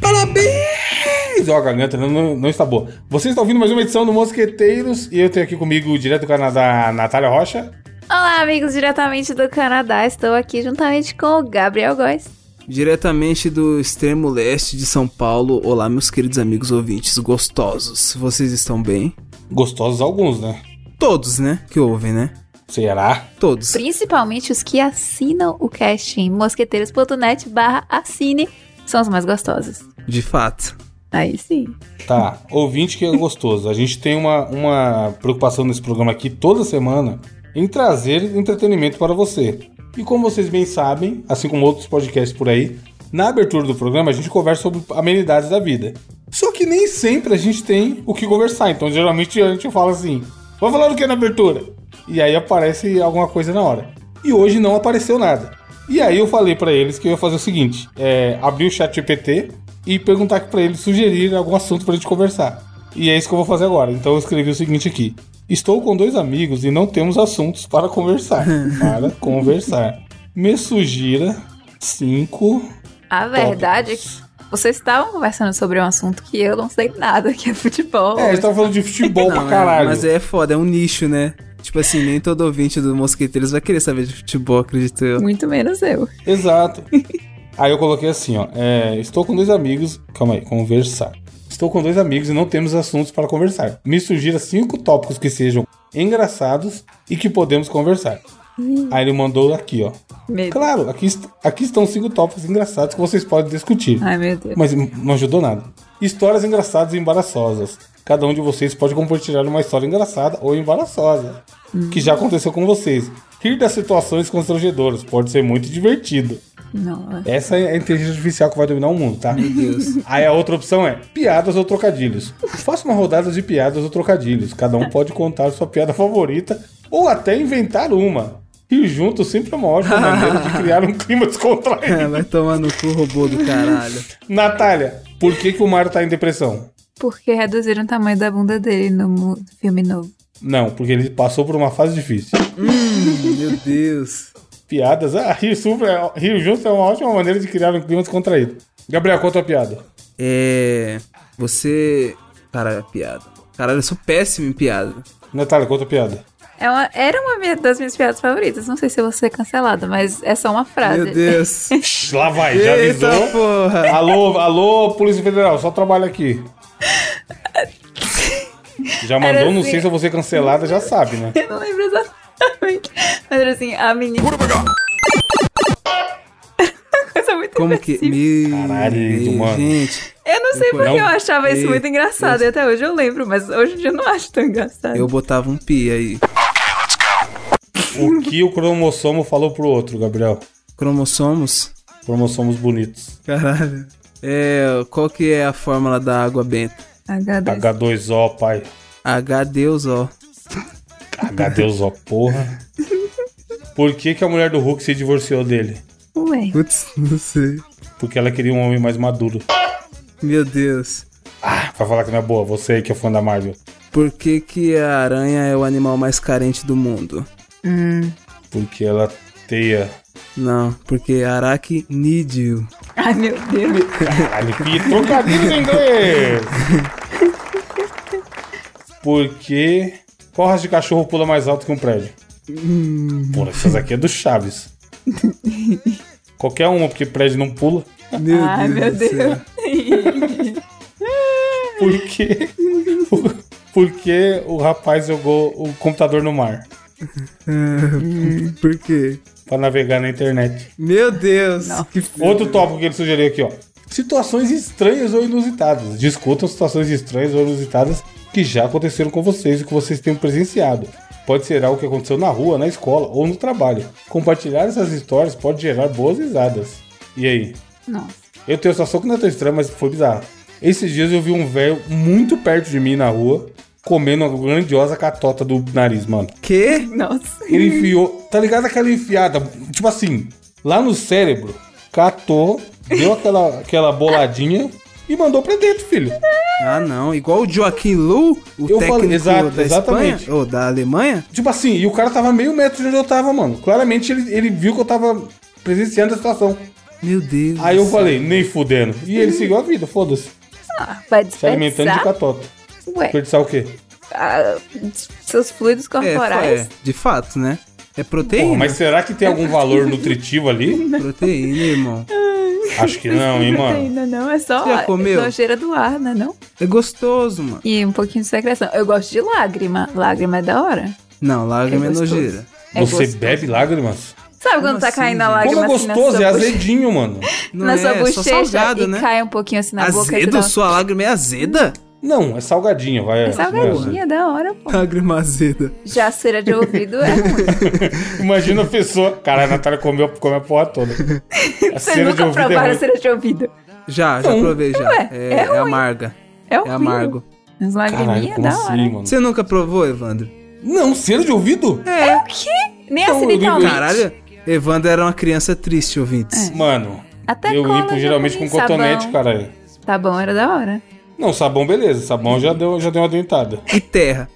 Parabéns! é, Ó, a garganta não, não, não está boa. Você está ouvindo mais uma edição do Mosqueteiros e eu tenho aqui comigo, direto do Canadá, Natália Rocha. Olá, amigos, diretamente do Canadá. Estou aqui juntamente com o Gabriel Góes. Diretamente do extremo leste de São Paulo. Olá, meus queridos amigos ouvintes gostosos. Vocês estão bem? Gostosos alguns, né? Todos, né? Que ouvem, né? Será? Todos. Principalmente os que assinam o cast em mosqueteiros.net barra assine são os mais gostosos. De fato. Aí sim. Tá, ouvinte que é gostoso. A gente tem uma, uma preocupação nesse programa aqui toda semana em trazer entretenimento para você. E como vocês bem sabem, assim como outros podcasts por aí, na abertura do programa a gente conversa sobre amenidades da vida. Só que nem sempre a gente tem o que conversar, então geralmente a gente fala assim: vamos falar do que na abertura? E aí aparece alguma coisa na hora. E hoje não apareceu nada. E aí eu falei para eles que eu ia fazer o seguinte: é, abrir o chat GPT e perguntar para eles sugerir algum assunto pra gente conversar. E é isso que eu vou fazer agora. Então eu escrevi o seguinte aqui: Estou com dois amigos e não temos assuntos para conversar. Para conversar. Me sugira cinco. A verdade é que vocês estavam conversando sobre um assunto que eu não sei nada, que é futebol. É, a gente tava falando de futebol pra Não, é, caralho. Mas é foda, é um nicho, né? Tipo assim, nem todo ouvinte do Mosqueteiros vai querer saber de futebol, acredito eu. Muito menos eu. Exato. Aí eu coloquei assim, ó. é, estou com dois amigos. Calma aí, conversar. Estou com dois amigos e não temos assuntos para conversar. Me sugira cinco tópicos que sejam engraçados e que podemos conversar. Aí ele mandou aqui, ó. Medo. Claro, aqui, est- aqui estão cinco tópicos engraçados que vocês podem discutir. Ai, meu Deus. Mas m- não ajudou nada. Histórias engraçadas e embaraçosas. Cada um de vocês pode compartilhar uma história engraçada ou embaraçosa que já aconteceu com vocês. Rir das situações constrangedoras pode ser muito divertido. Não. Essa é a inteligência artificial que vai dominar o mundo, tá? Meu Deus. Aí a outra opção é piadas ou trocadilhos. Faça uma rodada de piadas ou trocadilhos. Cada um pode contar sua piada favorita ou até inventar uma. E junto sempre é uma ótima maneira de criar um clima descontraído. É, vai tomar no cu robô do caralho. Natália, por que, que o Mario tá em depressão? Porque reduziram o tamanho da bunda dele no mu- filme novo. Não, porque ele passou por uma fase difícil. Meu Deus. Piadas, ah, rir, super, rir junto é uma ótima maneira de criar um clima descontraído. Gabriel, conta a piada. É. Você. Caralho, piada. Caralho, eu sou péssimo em piada. Natália, conta a piada. É uma- era uma minha- das minhas piadas favoritas. Não sei se eu vou ser cancelada, mas é só uma frase. Meu Deus. Lá vai, já Eita avisou. porra. Alô, alô, Polícia Federal, só trabalho aqui. Já mandou, Era não assim. sei se eu vou ser cancelada, já sabe, né? Eu não lembro exatamente. Mas era assim, a menina. Coisa muito Como que. imbecil. Meu Caralho, Deus, mano. Gente, Eu não sei porque Não. eu achava isso Meu muito engraçado. E até hoje eu lembro, mas hoje em dia eu não acho tão engraçado. eu botava um pi aí. O que o cromossomo falou pro outro, Gabriel? Cromossomos? Cromossomos bonitos. Caralho. É, qual que é a fórmula da água benta? H2. H2O, pai. H Deus, ó. H2O, porra. Por que, que a mulher do Hulk se divorciou dele? Ué. Putz, não sei. Porque ela queria um homem mais maduro. Meu Deus. Ah, vai falar que não é boa, você aí que é fã da Marvel. Por que, que a aranha é o animal mais carente do mundo? Porque ela teia. Não, porque é Araki Nidio. Ai, meu Deus. Caralho, que trocadilhos em inglês! Porque. Qual raça de cachorro pula mais alto que um prédio? Pô, essas aqui é do Chaves. Qualquer uma, porque prédio não pula. Meu Ai, Deus. Ah, meu do céu. Deus. Porque. Porque o rapaz jogou o computador no mar. Ah, Por quê? Pra navegar na internet. Meu Deus. Não. Que f... Outro tópico que ele sugeriu aqui, ó. Situações estranhas ou inusitadas. Discutam situações estranhas ou inusitadas que já aconteceram com vocês e que vocês tenham presenciado. Pode ser algo que aconteceu na rua, na escola ou no trabalho. Compartilhar essas histórias pode gerar boas risadas. E aí? Nossa. Eu tenho situação que não é tão estranha, mas foi bizarro. Esses dias eu vi um velho muito perto de mim na rua comendo uma grandiosa catota do nariz, mano. Quê? Nossa. Ele enfiou. Tá ligado aquela enfiada? Tipo assim, lá no cérebro, catou, deu aquela, aquela boladinha e mandou pra dentro, filho. Ah, não. Igual o Joaquim Lu, o Eu técnico falei- exato, da exatamente. Espanha, ou da Alemanha. Tipo assim, e o cara tava meio metro de onde eu tava, mano. Claramente ele, ele viu que eu tava presenciando a situação. Meu Deus. Aí do eu céu. falei, nem fudendo. E ele Uhum. seguiu a vida, foda-se. Ah, vai Se tá alimentando de desperdiçar. catota. Ué, Desperdiçar o quê? ah, seus fluidos É, corporais. é, de fato, né? É proteína. Porra, mas será que tem algum valor nutritivo ali? Proteína, irmão. Acho que não, hein, mano. Ainda não, é só Você já a comeu? nojeira do ar, né? Não? É gostoso, mano. E um pouquinho de secreção. Eu gosto de lágrima. Lágrima é da hora. Não, lágrima é, É gostoso. nojeira. É Você gostoso. bebe lágrimas? Sabe quando Como tá assim, caindo a gente? lágrima Como é assim na gostoso, sua é boche- azedinho, mano. Não na é, sua é só bochecha salgado, e né? cai um pouquinho assim na boca. e você dá Azedo? um- Sua lágrima é azeda? Não, é salgadinha, vai. né? É salgadinha, da hora, pô. Lágrima azeda. Já cera de ouvido é ruim. Imagina a pessoa. Caralho, a Natália comeu, come a porra toda. A Vocês cera de nunca ouvido é provaram ruim. cera de ouvido. Já, já Não. provei já. Ué, é, é é ruim. amarga. É É horrível. amargo. As Caralho, lagriminhas é como da hora. assim, mano? Você nunca provou, Evandro? Não, cera de ouvido? É o quê? Nem Não, acidentalmente. eu- Caralho, Evandro era uma criança triste, ouvintes. Mano, Até eu cola limpo já geralmente com comi, cotonete, sabão. caralho. Tá bom, era da hora. Não, sabão, beleza. Sabão já deu, já deu uma dentada. É. E terra.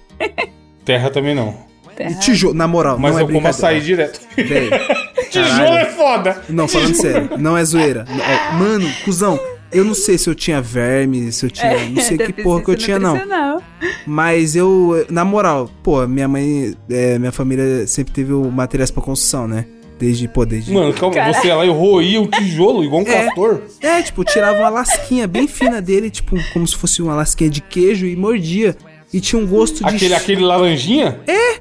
Terra também não. E tijolo, na moral, Mas não é eu como açaí brincadeira. direto. Velho, Tijolo Caralho. é foda. Não, falando sério, não é zoeira. É, mano, cuzão, eu não sei se eu tinha verme, se eu tinha. Não É, sei que porra que eu tinha, não. não. Mas eu, na moral, pô, minha mãe, é, minha família sempre teve o materiais pra construção, né? Desde, pô, desde. Mano, calma, Caralho. você ia lá e roía o tijolo igual um É. castor. É, tipo, tirava uma lasquinha bem fina dele, tipo, como se fosse uma lasquinha de queijo e mordia. E tinha um gosto de. Aquele, aquele laranjinha?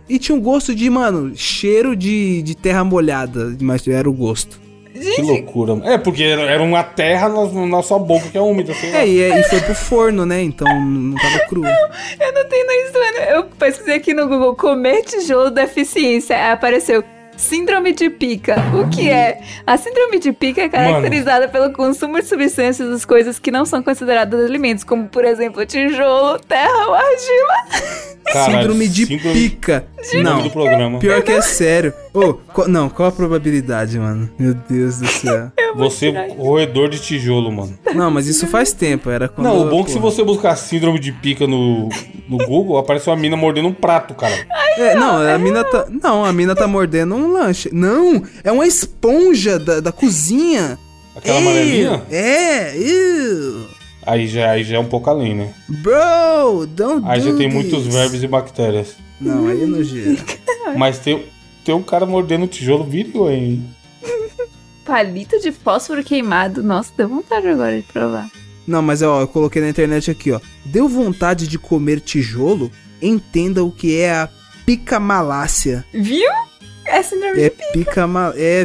E tinha um gosto de, mano, cheiro de, de terra molhada, mas era o gosto. Que loucura. mano. É, porque era, era uma terra na, na sua boca que é úmida, sei lá. É, e, e foi pro forno, né? Então não tava cru. Eu não tenho isso, mano. Eu pesquisei aqui no Google comer tijolo deficiência. Aí apareceu síndrome de pica. O que é? A síndrome de pica é caracterizada pelo consumo de substâncias das coisas que não são consideradas alimentos, como por exemplo tijolo, terra ou argila. Caralho, síndrome de síndrome- pica. Nome Não, do programa. pior que é sério. Ô, qual- não, qual a probabilidade, mano? Meu Deus do céu. Você, roedor de tijolo, mano. Não, mas isso faz tempo, era quando... Não, o bom é que se pô. você buscar síndrome de pica no, no Google, aparece uma mina mordendo um prato, cara. É, não, a mina tá... Não, a mina tá mordendo um lanche. Não, é uma esponja da, da cozinha. Aquela Ew, amarelinha? É, ew. Aí já, aí já é um pouco além, né? Bro, don't Aí já do tem this. muitos verbos e bactérias. Não, aí é nojeira. Mas tem, tem um cara mordendo tijolo viril aí, hein? Palito de fósforo queimado. Nossa, deu vontade agora de provar. Não, mas ó, eu coloquei na internet aqui, ó. Deu vontade de comer tijolo? Entenda o que é a pica malácia. Viu? É síndrome É de pica mal... É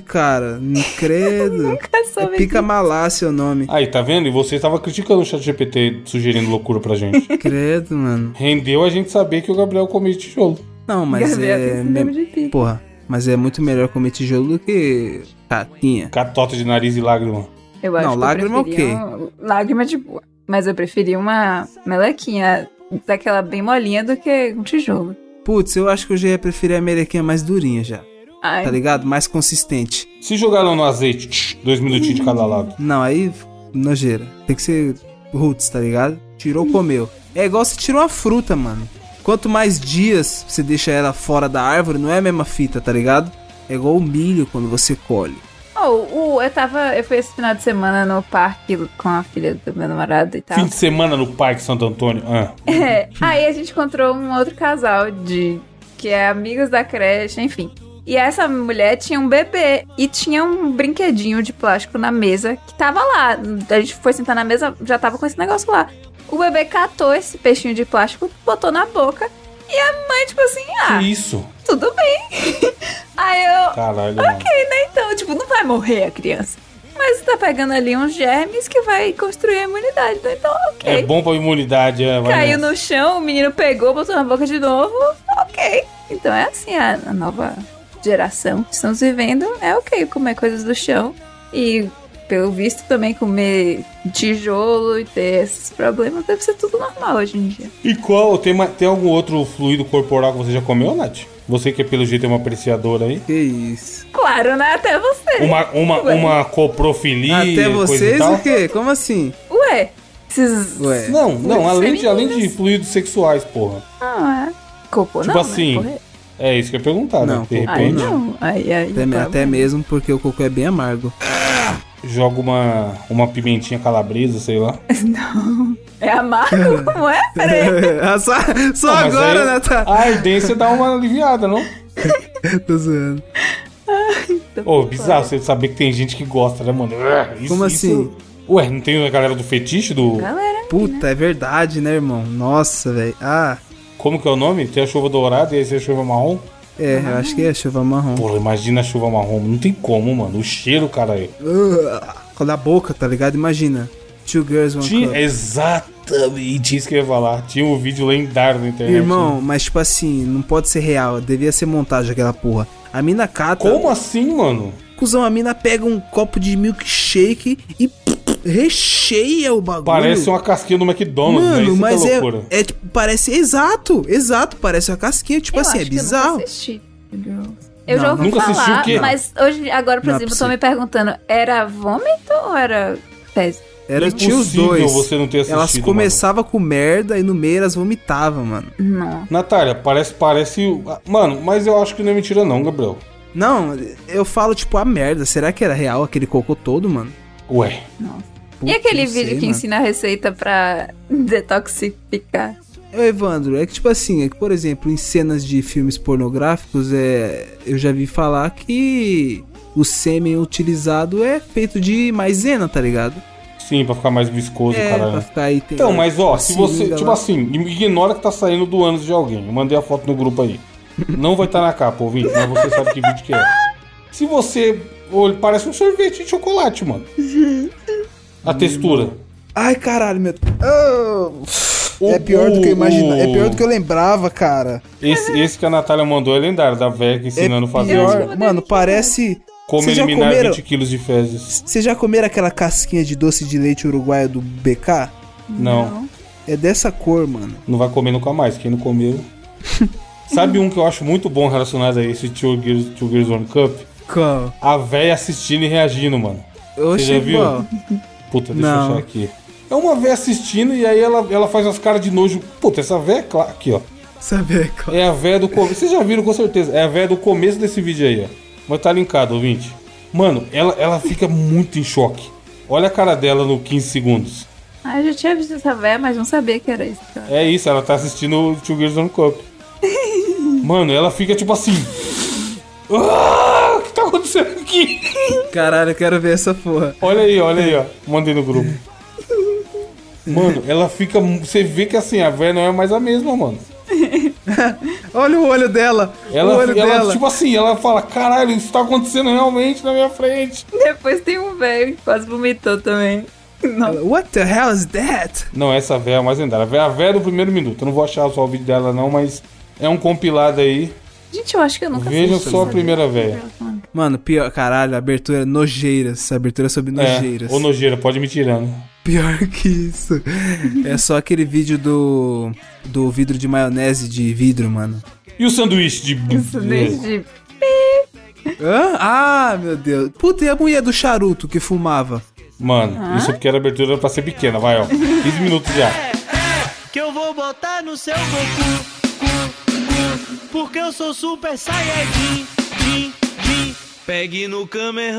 cara. Não Credo. pica, É soube. pica malácia o nome. Aí, tá vendo? E você estava criticando o chat GPT sugerindo loucura pra gente. Credo, mano. Rendeu a gente saber que o Gabriel comia tijolo. Não, mas Gabriel tem é... síndrome de pica. Porra, mas é muito melhor comer tijolo do que catinha. Catota de nariz e lágrima. Eu acho Não, que lágrima eu preferia um- Lágrima de boa. Mas eu preferi uma melequinha daquela bem molinha do que um tijolo. Putz, eu acho que eu já ia preferir a merequinha mais durinha já, Ai, tá ligado? Mais consistente. Se jogaram no azeite, tch, dois minutinhos de cada lado. Não, aí nojeira. Tem que ser roots, tá ligado? Tirou, comeu. É igual você tirou uma fruta, mano. Quanto mais dias você deixa ela fora da árvore, não é a mesma fita, tá ligado? É igual o milho quando você colhe. oh, o- eu tava. Eu fui esse final de semana no parque com a filha do meu namorado e tal. Fim de semana no Parque Santo Antônio. Ah, É, aí a gente encontrou um outro casal de que é amigos da creche, enfim. E essa mulher tinha um bebê e tinha um brinquedinho de plástico na mesa que tava lá. A gente foi sentar na mesa, já tava com esse negócio lá. O bebê catou esse peixinho de plástico, botou na boca e a mãe, tipo assim, ah, que isso? tudo bem. aí eu, Caralho, mano. então, tipo, não vai morrer a criança. Mas tá pegando ali uns germes que vai construir a imunidade. Então, ok. É bom pra imunidade, é, vai Caiu nessa. no chão, o menino pegou, botou na boca de novo. Ok. Então é assim a, a nova geração que estamos vivendo. É ok comer coisas do chão. E, pelo visto, também comer tijolo e ter esses problemas deve ser tudo normal hoje em dia. E qual? Tem, ma- tem algum outro fluido corporal que você já comeu, Nath? Você que pelo jeito é uma apreciadora aí? Que isso. Claro, né? Até você. Uma, uma, Ué. uma coprofilia. Até coisa e vocês tal? o quê? Como assim? Ué, Ué. Esses... Ué. Não, não, Fluidos além de, além de femininos. fluidos sexuais, porra. Ah, é. Cocô Tipo não, assim, né? Porra. É isso que eu ia perguntar, Não, né? De cocô Aí repente, não. Aí, aí, Até, me- tá até bom. mesmo porque o cocô é bem amargo. joga uma, uma pimentinha calabresa, sei lá. É amargo? Como é? Peraí. Ah, só só Ah, mas agora, né, tá? aí Natália. A ardência dá uma aliviada, não? Tô zoando. Ô, bizarro você saber que tem gente que gosta, né, mano? Isso- Como assim? isso- Ué, não tem a galera do fetiche, do... Galera, Puta, é verdade, né, irmão? Nossa, velho. Ah, Como que é o nome? Tem a chuva dourada e aí tem a chuva marrom? é, eu acho que é chuva marrom. Porra, imagina a chuva marrom. Não tem como, mano. O cheiro, cara. é- Com da boca, tá ligado? Imagina. Two girls, one cup. Tinha... Exatamente isso que eu ia falar. Tinha um vídeo lendário na internet. né? Irmão, mas tipo assim, não pode ser real. Devia ser montagem aquela porra. A mina cata. Como assim, mano? Cusão, a mina pega um copo de milkshake e recheia o bagulho. Parece uma casquinha do McDonald's, né? Mano, Isso mas que é é, loucura. é, tipo, parece exato, exato, parece uma casquinha, tipo eu assim, é acho que eu nunca bizarro. assisti. Eu Não, já ouvi nunca assisti o falar, quê? mas hoje, agora, por Não é exemplo, possível. estão me perguntando, era vômito ou era fezes? Era tinha os Impossível dois. você não ter Elas assistido, começavam com merda e no meio elas vomitavam, mano. Não. Natália, parece, parece. o- ah, Mano, mas eu acho que não é mentira, não, Gabriel. Não, eu falo tipo a merda, será que era real aquele cocô todo, mano? Ué. Putz, e aquele não vídeo sei, que mano. ensina a receita pra detoxificar? Ô, Evandro, é que tipo assim, é que, por exemplo, em cenas de filmes pornográficos, é, eu já vi falar que o sêmen utilizado é feito de maisena, tá ligado? Sim, pra ficar mais viscoso, é, caralho. pra ficar aí. Tem, Então, mas ó, se se você. liga Tipo lá. assim, ignora que tá saindo do ânus de alguém. Eu mandei a foto no grupo aí. Não vai estar na capa, ouvinte, mas você sabe que vídeo que é. Se você. olha, Parece um sorvete de chocolate, mano. A textura. Ai, caralho, meu. Oh, é O- pior do que eu o- imaginava. É o- pior do que eu lembrava, cara. Esse, esse que a Natália mandou é lendário, da velha que ensinando a é fazer Eu acho pior. que eu isso. vou Mano, demitir, parece. como Vocês já eliminar comeram- 20 quilos de fezes. Vocês já comeram aquela casquinha de doce de leite uruguaio do BK? Não, É dessa cor, mano. não vai comer nunca mais. Quem não comeu. Sabe um que eu acho muito bom relacionado a esse Two Girls, Two Girls One Cup? Qual? A véia assistindo e reagindo, mano. Você já Oxi, viu? qual? Puta, deixa Não. eu achar aqui. É uma véia assistindo e aí ela, ela faz umas caras de nojo. Puta, essa véia é clara. Aqui, ó. Saber qual. É a véia do começo. Vocês já viram com certeza. É a véia do começo desse vídeo aí, ó. Vai estar linkado, ouvinte. Mano, ela, ela fica muito em choque. Olha a cara dela no 15 segundos. Ah, eu já tinha visto essa véia, mas não sabia que era isso. cara. É isso, ela tá assistindo o Two Girls One Cup. Mano, ela fica tipo assim. Ah, o que tá acontecendo aqui? Caralho, eu quero ver essa porra. Olha aí, olha aí, ó. Mandei no grupo. Mano, ela fica. Você vê que assim, a véia não é mais a mesma, mano. Olha o olho dela. Ela, o olho ela, dela. tipo assim, ela fala: caralho, isso tá acontecendo realmente na minha frente. Depois tem um velho que quase vomitou também. Não. Ela, What the hell is that? Não, essa véia é a mais lendária. A véia- A véia do primeiro minuto. Eu não vou achar só o vídeo dela, não, mas é um compilado aí. Gente, eu acho que eu nunca Vejam assisti só a essa primeira vez. véia. Mano, pior. Caralho, abertura nojeiras. Abertura sobre nojeiras. É, ô nojeira, pode me tirar, né? Pior que isso. É só aquele vídeo do. Do vidro de maionese de vidro, mano. E o sanduíche de. de- Isso desde... Hã? Ah, meu Deus. Puta, e a mulher do charuto que fumava? Mano, isso é porque era abertura era pra ser pequena, vai, ó. 15 minutos já. que eu vou botar no seu Goku, cu, cu, porque eu sou super saiyajin, din, din. Pegue no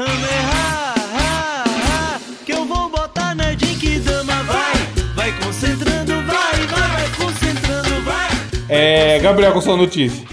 Kamehameha, ha, ha, que eu vou botar na Jinkidama, vai, vai concentrando, vai, vai, vai concentrando, vai. É. Gabriel, com sua notícia.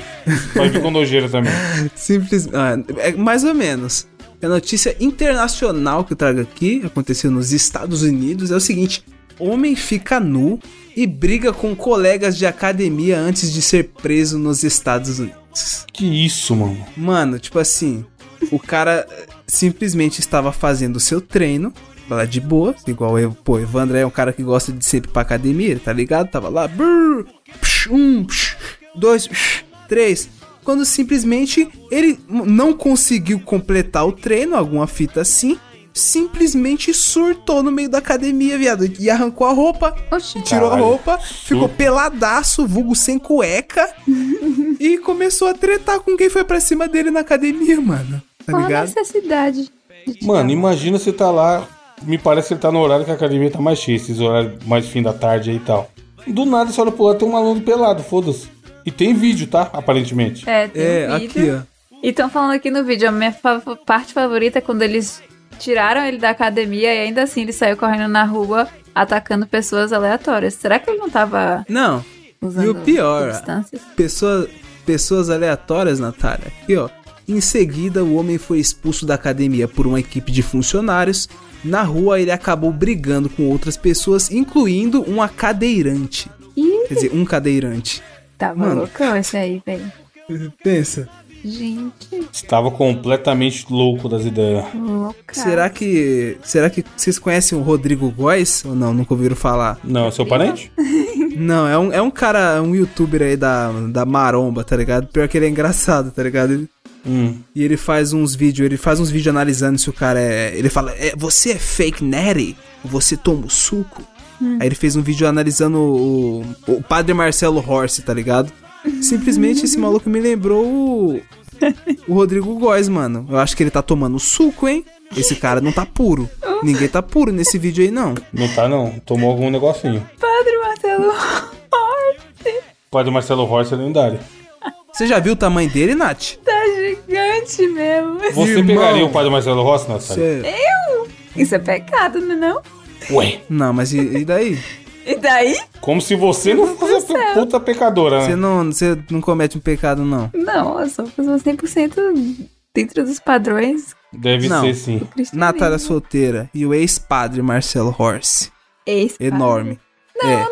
Vai vir com nojeira também. Simples. ah, é mais ou menos. A notícia internacional que eu trago aqui, aconteceu nos Estados Unidos, é o seguinte: homem fica nu e briga com colegas de academia antes de ser preso nos Estados Unidos. Que isso, mano? Mano, tipo assim, o cara eh, simplesmente estava fazendo o seu treino, lá de boa, igual eu. Pô, Evandro é um cara que gosta de sempre ir pra academia, tá ligado? Tava lá, brrr, psh, um, psh, dois, psh, três. Quando simplesmente ele m- não conseguiu completar o treino, alguma fita assim, simplesmente surtou no meio da academia, viado, e arrancou a roupa. Oxi. Tirou Caralho. a roupa, ficou Surto. peladaço, vulgo sem cueca, e começou a tretar com quem foi pra cima dele na academia, mano. Tá Qual a ligado? necessidade? de tirar? Mano, imagina você tá lá Me parece que ele tá no horário que a academia tá mais cheia, esses horários mais fim da tarde aí e tal. Do nada você olha pro lado tem um aluno pelado, foda-se. E tem vídeo, tá? Aparentemente. É, tem É, um aqui, vídeo. ó. E estão falando aqui no vídeo, a minha fa- parte favorita é quando eles tiraram ele da academia e ainda assim ele saiu correndo na rua atacando pessoas aleatórias. Será que ele não tava Não, usando E o pior, substâncias? pessoa, pessoas aleatórias, Natália. Aqui, ó. Em seguida, o homem foi expulso da academia por uma equipe de funcionários. Na rua, ele acabou brigando com outras pessoas, incluindo uma cadeirante. Ih, Quer dizer, um cadeirante. tava Mano. loucão Tá esse aí, velho. Pensa, Gente, Estava completamente louco das ideias. louca. será que será que vocês conhecem o Rodrigo Góes ou não? Nunca ouviram falar? Não, é seu parente? Não, é um, é um cara, um youtuber aí da, da maromba, tá ligado? Pior que ele é engraçado, tá ligado? Ele- Hum. E ele faz uns vídeos, ele faz uns vídeos analisando se o cara é. Ele fala, é, você é fake nerdy? Você toma o suco? Aí ele fez um vídeo analisando o, o padre Marcelo Horse, tá ligado? Simplesmente esse maluco me lembrou o, o Rodrigo Góes, mano. Eu acho que ele tá tomando suco, hein? Esse cara não tá puro. Ninguém tá puro nesse vídeo aí, não. Não tá não. Tomou algum negocinho. Padre Marcelo O pai do Marcelo Horst é lendário. Você já viu o tamanho dele, Nath? tá gigante mesmo. Você Irmão. pegaria o pai do Marcelo Horst, Natália? É. Cê- Isso é pecado, não é não? Ué. Não, mas e, e daí? E daí? Como se você não fosse a puta pecadora, Você né? não, você não comete um pecado, não. Não, eu sou uma pessoa 100% dentro dos padrões Deve Não. ser sim. cristãos. Natália solteira e o ex-padre Marcelo Horse. Ex- Enorme. é.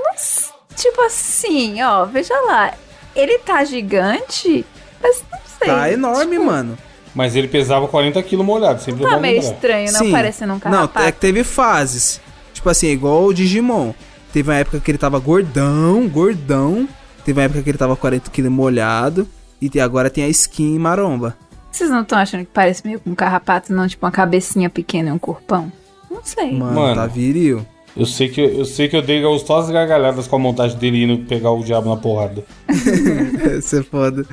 Tipo assim, ó, veja lá. Ele tá gigante, mas não sei. Tá enorme, Tipo, mano. Mas ele pesava 40 quilos molhado, sempre Tá bom meio lembrar. estranho, não? Sim. Parecendo um Não, carrapato. é que teve fases. Tipo assim, igual o Digimon. Teve uma época que ele tava gordão, gordão. Teve uma época que ele tava 40 kg molhado. E te- agora tem a skin maromba. Vocês não estão achando que parece meio com um carrapato, não? Tipo uma cabecinha pequena e um corpão? Não sei. Mano, Mano. tá viril. Eu sei que eu sei que eu dei gostosas gargalhadas com a montagem dele indo pegar o diabo na porrada. Você é foda.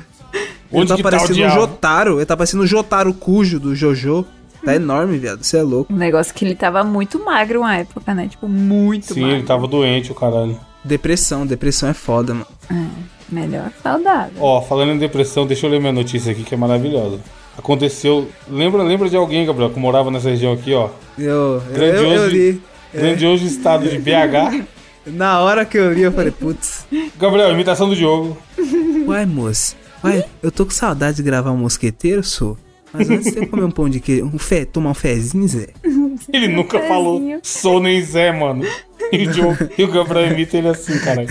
Onde ele tá que tá o parecendo um diabo? Jotaro. Ele tá parecendo um Jotaro Cujo do Jojo. Tá enorme, viado. Você é louco. Um negócio que ele tava muito magro uma época, né? Tipo, muito Sim, magro. ele tá- tava doente, o caralho. Depressão, depressão é foda, mano. É, melhor saudável. Ó, falando em depressão, deixa eu ler minha notícia aqui que é maravilhosa. Aconteceu, lembra, lembra de alguém, Gabriel, que morava nessa região aqui, ó. Eu, eu, Grandioso. eu li. Grandioso estado de BH. Na hora que eu li, eu falei, putz. Gabriel, imitação do Diogo. Uai, moço. Uai, eu tô com saudade de gravar um mosqueteiro, sou. Mas antes de eu comer um pão de queijo, um fe, tomar um fezinho, Zé. Ele nunca Zezinho. falou sou nem Zé, mano. E o, Diogo, e o Gabriel imita ele assim, cara.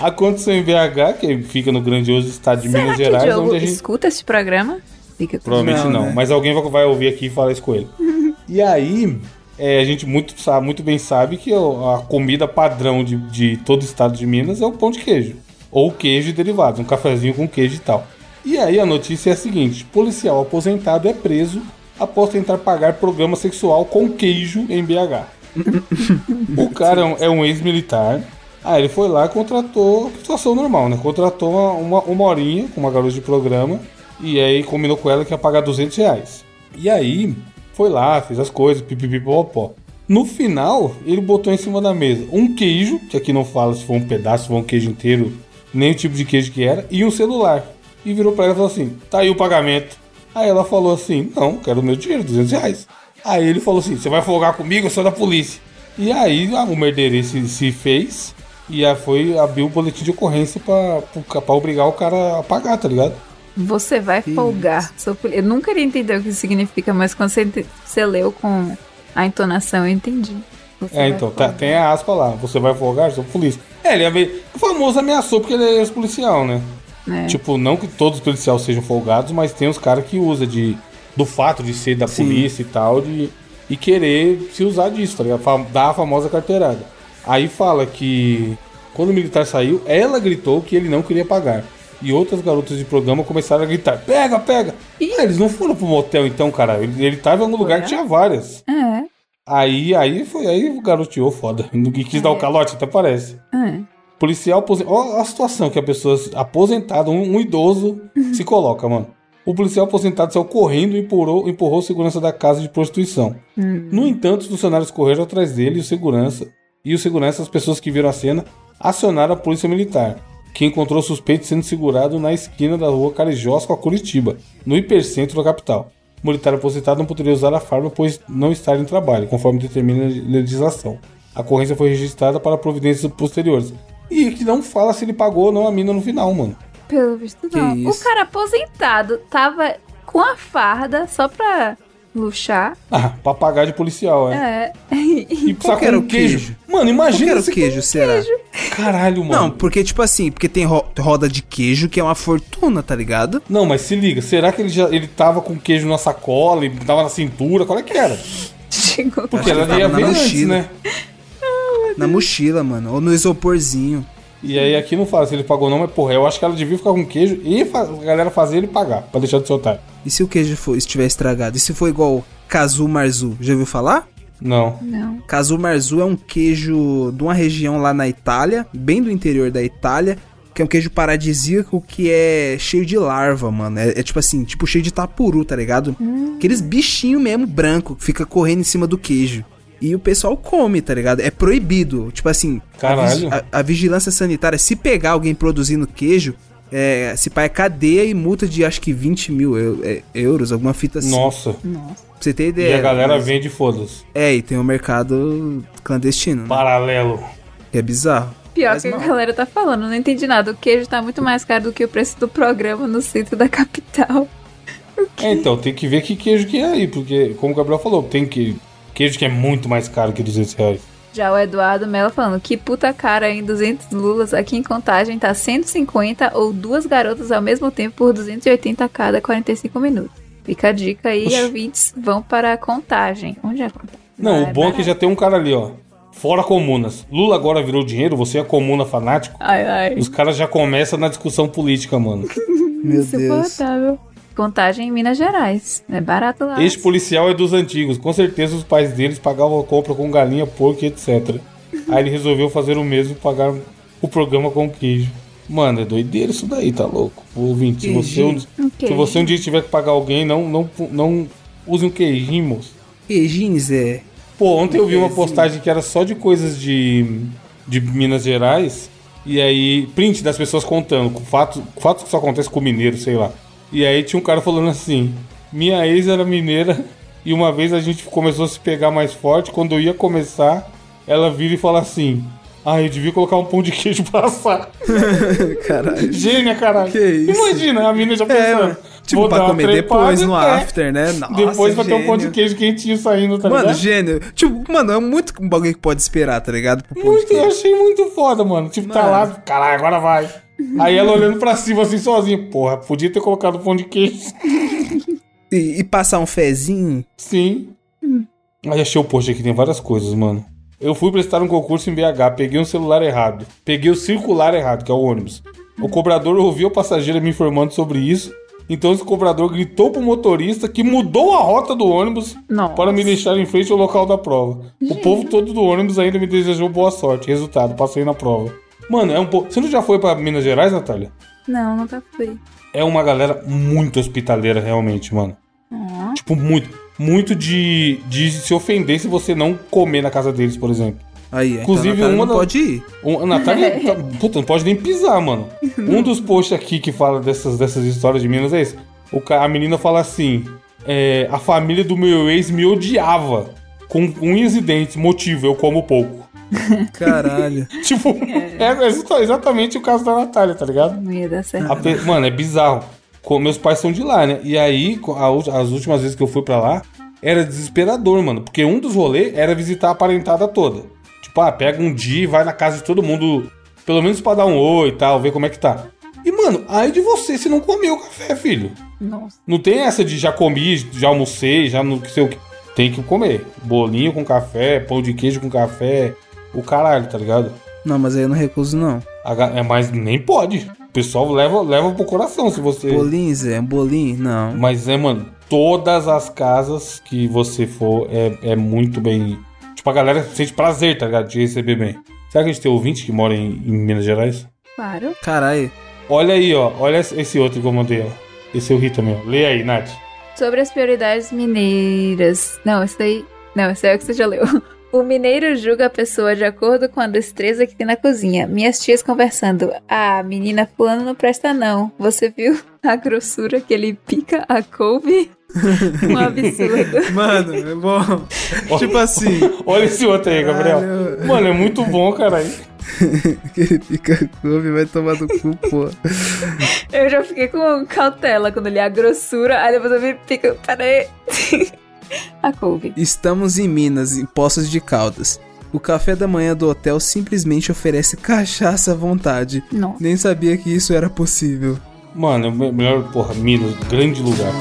Aconteceu em BH, que fica no grandioso estado de Minas Será que o Gerais, Diogo onde a gente escuta esse programa? Fica com Provavelmente Não, não, né? mas alguém vai- vai ouvir aqui e falar isso com ele. e aí, é, a gente muito, sabe, muito bem sabe que o- a comida padrão de, de todo o estado de Minas é o pão de queijo. Ou queijo e derivados, um cafezinho com queijo e tal. E aí a notícia é a seguinte: policial aposentado é preso após tentar pagar programa sexual com queijo em BH. O cara é um- é um ex-militar. Ah, ele foi lá e contratou. Situação normal, né? Contratou uma, uma, uma horinha com uma garota de programa. E aí combinou com ela que ia pagar 200 reais. E aí foi lá, fez as coisas, pipipipopó. No final, ele botou em cima da mesa um queijo, que aqui não fala se foi um pedaço, se foi um queijo inteiro, nem o tipo de queijo que era, e um celular. E virou pra ela e falou assim: tá aí o pagamento. Aí ela falou assim: não, quero o meu dinheiro, 200 reais. Aí ele falou assim: você vai folgar comigo, eu sou da polícia. E aí a- o merdeiro se, se fez e a, foi abrir o boletim de ocorrência pra, pro ca- pra obrigar o cara a pagar, tá ligado? Você vai folgar. Sou poli- Eu nunca iria entender o que isso significa, mas quando você, ente- você leu com a entonação, eu entendi. Você é, vai então, tá- folgar. tem a aspa lá, você vai folgar, sou polícia. É, ele ame- o famoso ameaçou porque ele é ex-policial, né? É. Tipo, não que todos os policiais sejam folgados, mas tem os caras que usam de, do fato de ser da Sim. polícia e tal, de, e querer se usar disso, tá ligado? Fa- Dar a famosa carteirada. Aí fala que quando o militar saiu, ela gritou que ele não queria pagar. E outras garotas de programa começaram a gritar: pega, pega! Ih. Ah, eles não foram pro motel então, cara. Ele, ele tava em algum lugar que tinha várias. É, Aí, aí foi, aí garoteou foda. E quis dar o calote, até parece. é. Policial aposentado. Olha a situação que a pessoa aposentada, um, um idoso, se coloca, mano. O o policial aposentado saiu correndo e empurrou, empurrou o segurança da casa de prostituição. No entanto, os funcionários correram atrás dele e o segurança, e o segurança, as pessoas que viram a cena, acionaram a polícia militar, que encontrou o suspeito sendo segurado na esquina da rua Carijós com a Curitiba, no hipercentro da capital. O militar aposentado não poderia usar a farda pois não estar em trabalho, conforme determina a legislação. A ocorrência foi registrada para providências posteriores. E que não fala se ele pagou ou não a mina no final, mano. Pelo visto, não. isso? O cara aposentado tava com a farda só pra luxar. Ah, pra pagar de policial, é. É. E precisar Qual que era com o queijo. queijo? Mano, Qual que imagina era o esse queijo, será? Caralho, mano. Não, porque, tipo assim, porque tem ro- roda de queijo que é uma fortuna, tá ligado? Não, mas se liga, será que ele já ele tava com queijo na sacola e tava na cintura? Qual é que era? Chegou. Porque Acho que ela ia tava na ver antes, mochila. né? Na mochila, mano. Ou no isoporzinho. E aí aqui não fala se ele pagou ou não, mas porra, eu acho que ela devia ficar com queijo e fa- a galera fazer ele pagar, pra deixar de ser otário. E se o queijo for, estiver estragado? E se for igual Kazu Marzu? Já ouviu falar? Não. Não. Casu Marzu é um queijo de uma região lá na Itália, bem do interior da Itália, que é um queijo paradisíaco que é cheio de larva, mano. É, é tipo assim, tipo cheio de tapuru, tá ligado? Aqueles bichinhos mesmo branco que fica correndo em cima do queijo. E o pessoal come, tá ligado? É proibido. Tipo assim, a, vigi- Caralho. a, a vigilância sanitária, se pegar alguém produzindo queijo, é, se pá, é cadeia e multa de acho que 20 mil eu- é, euros, alguma fita assim. Nossa. Nossa. Pra você ter E ideia. a galera mas- vende foda-se. É, e tem o mercado clandestino, né? Paralelo. Que é bizarro. Pior Faz que mal. a galera tá falando, não entendi nada. O queijo tá muito mais caro do que o preço do programa no centro da capital. É, então, tem que ver que queijo que é aí, porque, como o Gabriel falou, tem que. Queijo que é muito mais caro que 200 reais. Já o Eduardo Mello falando que puta cara em 200 lulas aqui em contagem tá 150 ou duas garotas ao mesmo tempo por 280 a cada 45 minutos. Fica a dica aí, Oxi. ouvintes vão para a contagem. Onde é a contagem? Não, Ah, o bom é barato. que já tem um cara ali, ó. Fora comunas. Lula agora virou dinheiro, você é comuna fanático. Ai, ai. Os caras já começam na discussão política, mano. Meu Deus. Insuportável. Contagem em Minas Gerais. É barato lá. Este policial é dos antigos. Com certeza os pais deles pagavam a compra com galinha, porco e etc. Aí ele resolveu fazer o mesmo e pagar o programa com queijo. Mano, é doideira isso daí, tá louco? Ô, Ouvinte, se você, um, Um se queijo. você um dia tiver que pagar alguém, não, não, não use um queijinho, moço. Queijinhos é. Pô, ontem eu vi uma postagem que era só de coisas de, de Minas Gerais. E aí, print das pessoas contando, com fatos, fatos que só acontece com mineiro, sei lá. E aí tinha um cara falando assim: Minha ex era mineira e uma vez a gente começou a se pegar mais forte. Quando eu ia começar, ela vira e fala assim: Ah, eu devia colocar um pão de queijo pra assar. Caralho. Gênia, caralho. Que isso? Imagina, a mina já É, pensando. mano. Tipo, "Vou dar pra uma comer trepada, depois no é. after, né? Nossa, Depois vai ter um pão de gênio. queijo quentinho saindo, tá Mano, ligado? gênio. Tipo, mano, é muito um bagulho que pode esperar, tá ligado? Pro pão de Muito, eu queijo. achei muito foda, mano. Tipo, tá Mano. lá, caralho, agora vai. Aí ela olhando pra cima assim sozinha. Porra, podia ter colocado pão de queijo. E, e passar um fezinho. Sim. Aí achei o post aqui, tem várias coisas, mano. Eu fui prestar um concurso em BH, peguei um celular errado. Peguei o circular errado, que é o ônibus. O cobrador ouviu a passageira me informando sobre isso. Então esse cobrador gritou pro motorista que mudou a rota do ônibus Nossa. para me deixar em frente ao local da prova. O povo todo do ônibus ainda me desejou boa sorte. Resultado, passei na prova. Mano, é um pouco. Você não já foi pra Minas Gerais, Natália? Não, nunca fui. É uma galera muito hospitaleira, realmente, mano. Tipo, muito. Muito de, de se ofender se você não comer na casa deles, por exemplo. Aí, então Inclusive, Natália uma não da- pode ir. O, a Natália, tá- puta, não pode nem pisar, mano. Um dos posts aqui que fala dessas, dessas histórias de Minas é esse. O, ca- a menina fala assim: é, A família do meu ex me odiava. Com unhas e dentes, motivo, eu como pouco. Caralho. Tipo, é, é exa- exatamente o caso da Natália, tá ligado? Não ia dar certo. A pe- Mano, é bizarro. Co- meus pais são de lá, né? E aí, co- a ult- as últimas vezes que eu fui pra lá, era desesperador, mano. Porque um dos rolês era visitar a parentada toda. Tipo, ah, pega um dia e vai na casa de todo mundo, pelo menos pra dar um oi e tal, ver como é que tá. E, mano, aí de você, você não comeu o café, filho. Nossa. Não tem essa de já comi, já almocei, já não sei o que. Tem que comer. Bolinho com café, pão de queijo com café. O caralho, tá ligado? Não, mas aí eu não recuso, não. A ga- É, mas nem pode. O pessoal leva, leva pro coração se você. Bolinho, Zé? Um bolinho? Não. Mas é, mano, todas as casas que você for é, é muito bem. Tipo, a galera sente prazer, tá ligado? De receber bem. Será que a gente tem ouvinte que mora em, em Minas Gerais? Claro. Caralho. Olha aí, ó. Olha esse esse outro que eu mandei, ó. Esse é eu ri também. Lê aí, Nath. Sobre as prioridades mineiras. Não, esse daí. Não, esse daí é o que você já leu. O mineiro julga a pessoa de acordo com a destreza que tem na cozinha. Minhas tias conversando. Ah, menina fulano não presta não. Você viu a grossura que ele pica a couve? Um absurdo. Mano, é bom. tipo assim. Olha esse outro aí, Gabriel. Caralho. Mano, é muito bom, caralho. Aquele pica couve vai tomar no cu, pô. Eu já fiquei com cautela quando li a grossura. Aí depois eu me pica. Peraí. A couve. Estamos em Minas, em Poços de Caldas. O café da manhã do hotel simplesmente oferece cachaça à vontade. Nossa. Nem sabia que isso era possível. Mano, é o me- melhor, porra, Minas, grande lugar.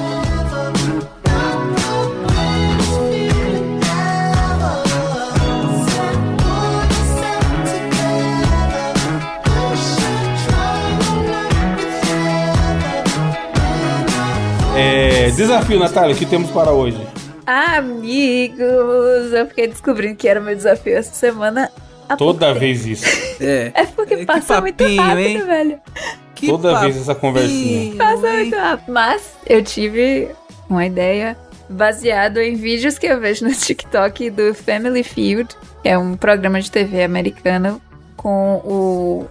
É, desafio, Natália, que temos para hoje? Amigos, eu fiquei descobrindo que era meu desafio essa semana. Há pouco Toda tempo. vez isso. É. É porque É, que passa muito papinho, rápido, hein? velho. Que Toda papinho, vez essa conversinha. Passa hein? muito rápido. Mas eu tive uma ideia baseado em vídeos que eu vejo no TikTok do Family Feud, que é um programa de TV americano com o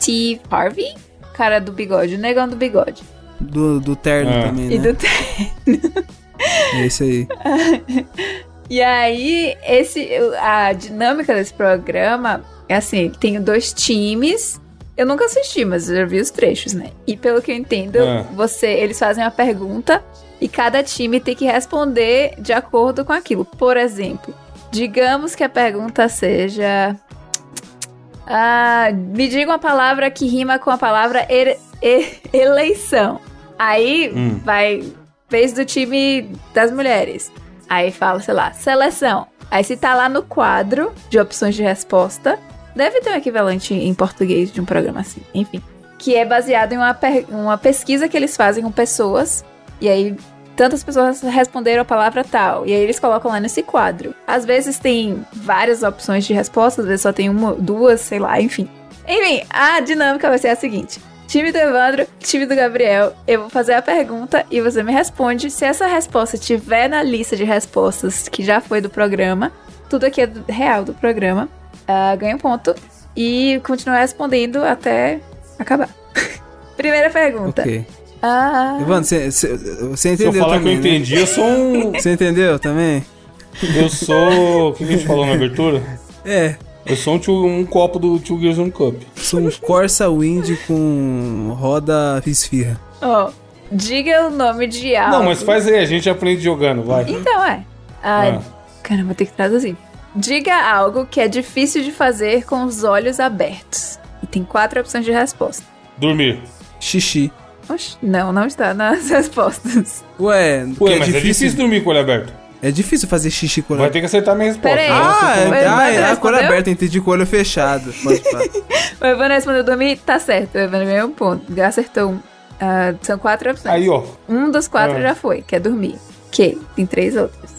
Steve Harvey, cara do bigode, o negão do bigode. Do, do terno É. também, E né? do É isso aí. E aí, esse, a dinâmica desse programa é assim: tem dois times. Eu nunca assisti, mas eu já vi os trechos, né? E pelo que eu entendo, Ah. você, eles fazem uma pergunta e cada time tem que responder de acordo com aquilo. Por exemplo, digamos que a pergunta seja. Ah, me diga uma palavra que rima com a palavra ele- e- eleição. Aí Hum. vai. Vez do time das mulheres. Aí fala, sei lá, seleção. Aí se tá lá no quadro de opções de resposta, deve ter um equivalente em português de um programa assim, enfim. Que é baseado em uma, per- uma pesquisa que eles fazem com pessoas. E aí, tantas pessoas responderam a palavra tal. E aí eles colocam lá nesse quadro. Às vezes tem várias opções de resposta, às vezes só tem uma, duas, sei lá, enfim. Enfim, a dinâmica vai ser a seguinte. Time do Evandro, time do Gabriel, eu vou fazer a pergunta e você me responde. Se essa resposta tiver na lista de respostas que já foi do programa, tudo aqui é do- real do programa, ah, ganha um ponto e continuar respondendo até acabar. Primeira pergunta. Ok. Ah, Evandro, você- você você Se eu entendeu falar que eu também, né? entendi, eu sou um. Você entendeu também? Eu sou. O que a gente falou na abertura? É. Eu sou um, tio- um copo do Tio Gears on Cup. Sou um Corsa Wind com roda esfirra. ó, diga o nome de algo. Não, mas faz aí, a gente aprende jogando, vai. Então, é. Ah, Cara, vou ter que traduzir. Diga algo que é difícil de fazer com os olhos abertos. E tem quatro opções de resposta. Dormir. Xixi. Oxe, não, não está nas respostas. Ué, que Ué, é mas difícil. é difícil dormir com o olho aberto. É difícil fazer xixi com o olho Vai ter que acertar minha resposta. Pera aí. Ela Ah, acertou. Vai, é, ah, vai, é, vai, a cor respondeu? aberta, entendi com o olho fechado. Pode pá. O Evandro respondeu dormir, tá certo. O Evandro ganhou um ponto. Acertou um. Ah, são quatro é opções. Aí, ó. Um dos quatro Ah. já foi, que é dormir. Que tem três outras.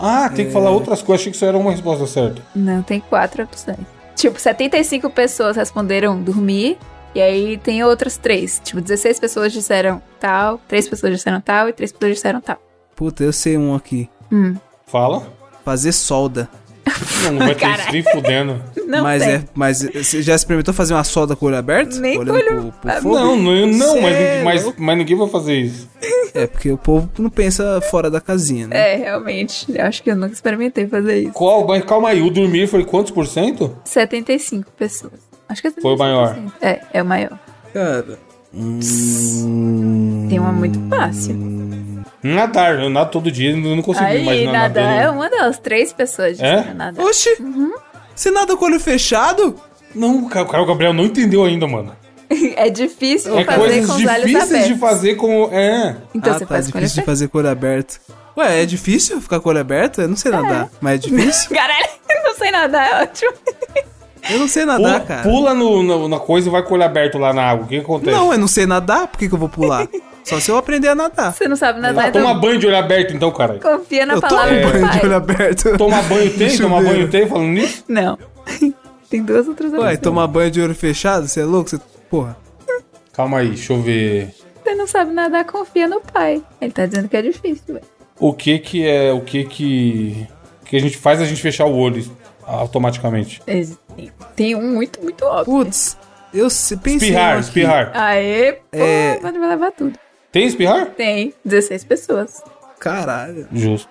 Ah, tem que É. falar outras coisas. Achei que isso era uma resposta certa. Não, tem quatro opções. Tipo, 75 pessoas responderam dormir. E aí tem outras três. Tipo, 16 pessoas disseram tal, três pessoas disseram tal e três pessoas disseram tal. Puta, eu sei um aqui. Hum. Fala. Fazer solda. Não, não vai ter Caralho. isso nem fudendo. Não mas tem. é, mas você já experimentou fazer uma solda com o olho aberto? Nem com Olhando olho- pro, pro fogo? Não, não, não mas, Cê é mas, louco. mas ninguém vai fazer isso. É porque o povo não pensa fora da casinha, né? É, realmente. Eu acho que eu nunca experimentei fazer isso. Qual? Mas calma aí, o dormir foi quantos por cento? 75 pessoas. Acho que é Foi o maior. 75%. É, é o maior. Cara, Tem uma muito Hum. fácil. Nadar, eu nado todo dia, eu não consigo me Aí, imaginar nada. né? nadando. É uma das três pessoas É? disseram nada. oxi! Você nada com o olho fechado? Não, cara, o Gabriel não entendeu ainda, mano. É difícil É fazer coisas com os olhos difíceis abertos. de fazer com. É. Então ah, você tá, faz com o olho difícil de aberto. fazer com o olho aberto. Ué, é difícil ficar com o olho aberto? Eu não sei nadar, mas é difícil. Caralho, eu não sei nadar, é ótimo. Eu não sei Pula, nadar, cara. pula no, no- na coisa e vai com o olho aberto lá na água. O que acontece? Não, eu não sei nadar, por que, que eu vou pular? Só se eu aprender a nadar. Você não sabe Tá nadar, é Ah, toma então banho de olho aberto então, cara. confia na Eu tomo palavra do banho de pai. olho aberto. Tomar banho tem? No Tomar chuveiro. banho tem falando nisso? Não. Tem duas outras Ué, então- opções. tomar banho de olho fechado? Você é louco? Cê- Porra. Calma aí, deixa eu ver. porque não sabe nadar, confia no pai. Ele tá dizendo que é difícil, velho. O que que é, o que que que a gente faz a gente fechar o olho automaticamente? Eles- Tem um muito, muito óbvio. Putz, eu se- pensei. Espirrar, aqui. espirrar. Aê, pô, É. pode me levar tudo. Tem espirrar? Tem 16 pessoas. Caralho. Justo.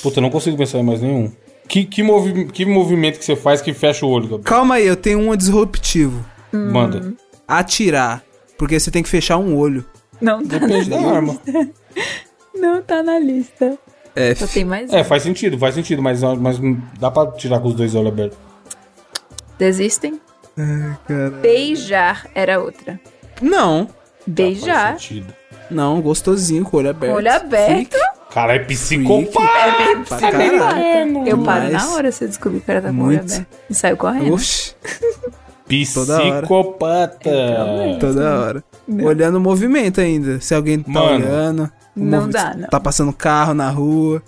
Puta, eu não consigo pensar em mais nenhum. Que, que, movi que movimento que você faz que fecha o olho, Gabriel? Calma aí, eu tenho um disruptivo. Manda. Atirar. Porque você tem que fechar um olho. Não tá, na, Depende da arma. não tá na lista. É, Só tem mais É, um. faz sentido, faz sentido, mas, mas não dá pra tirar com os dois olhos abertos. um. Desistem? cara. Beijar era outra. Não, Beijar. Faz sentido. não, gostosinho, com o olho aberto. Olho aberto. Cara, é psicopata! Freak, pra Tá caralho. Eu paro Mas- na hora se eu descobrir que era da Muito. mulher aberta. E saio correndo. Oxi, Toda hora. É, Psicopata! toda hora. Olhando o movimento ainda. Se alguém tá Mano. olhando. o Não movi- dá, não. Tá passando carro na rua.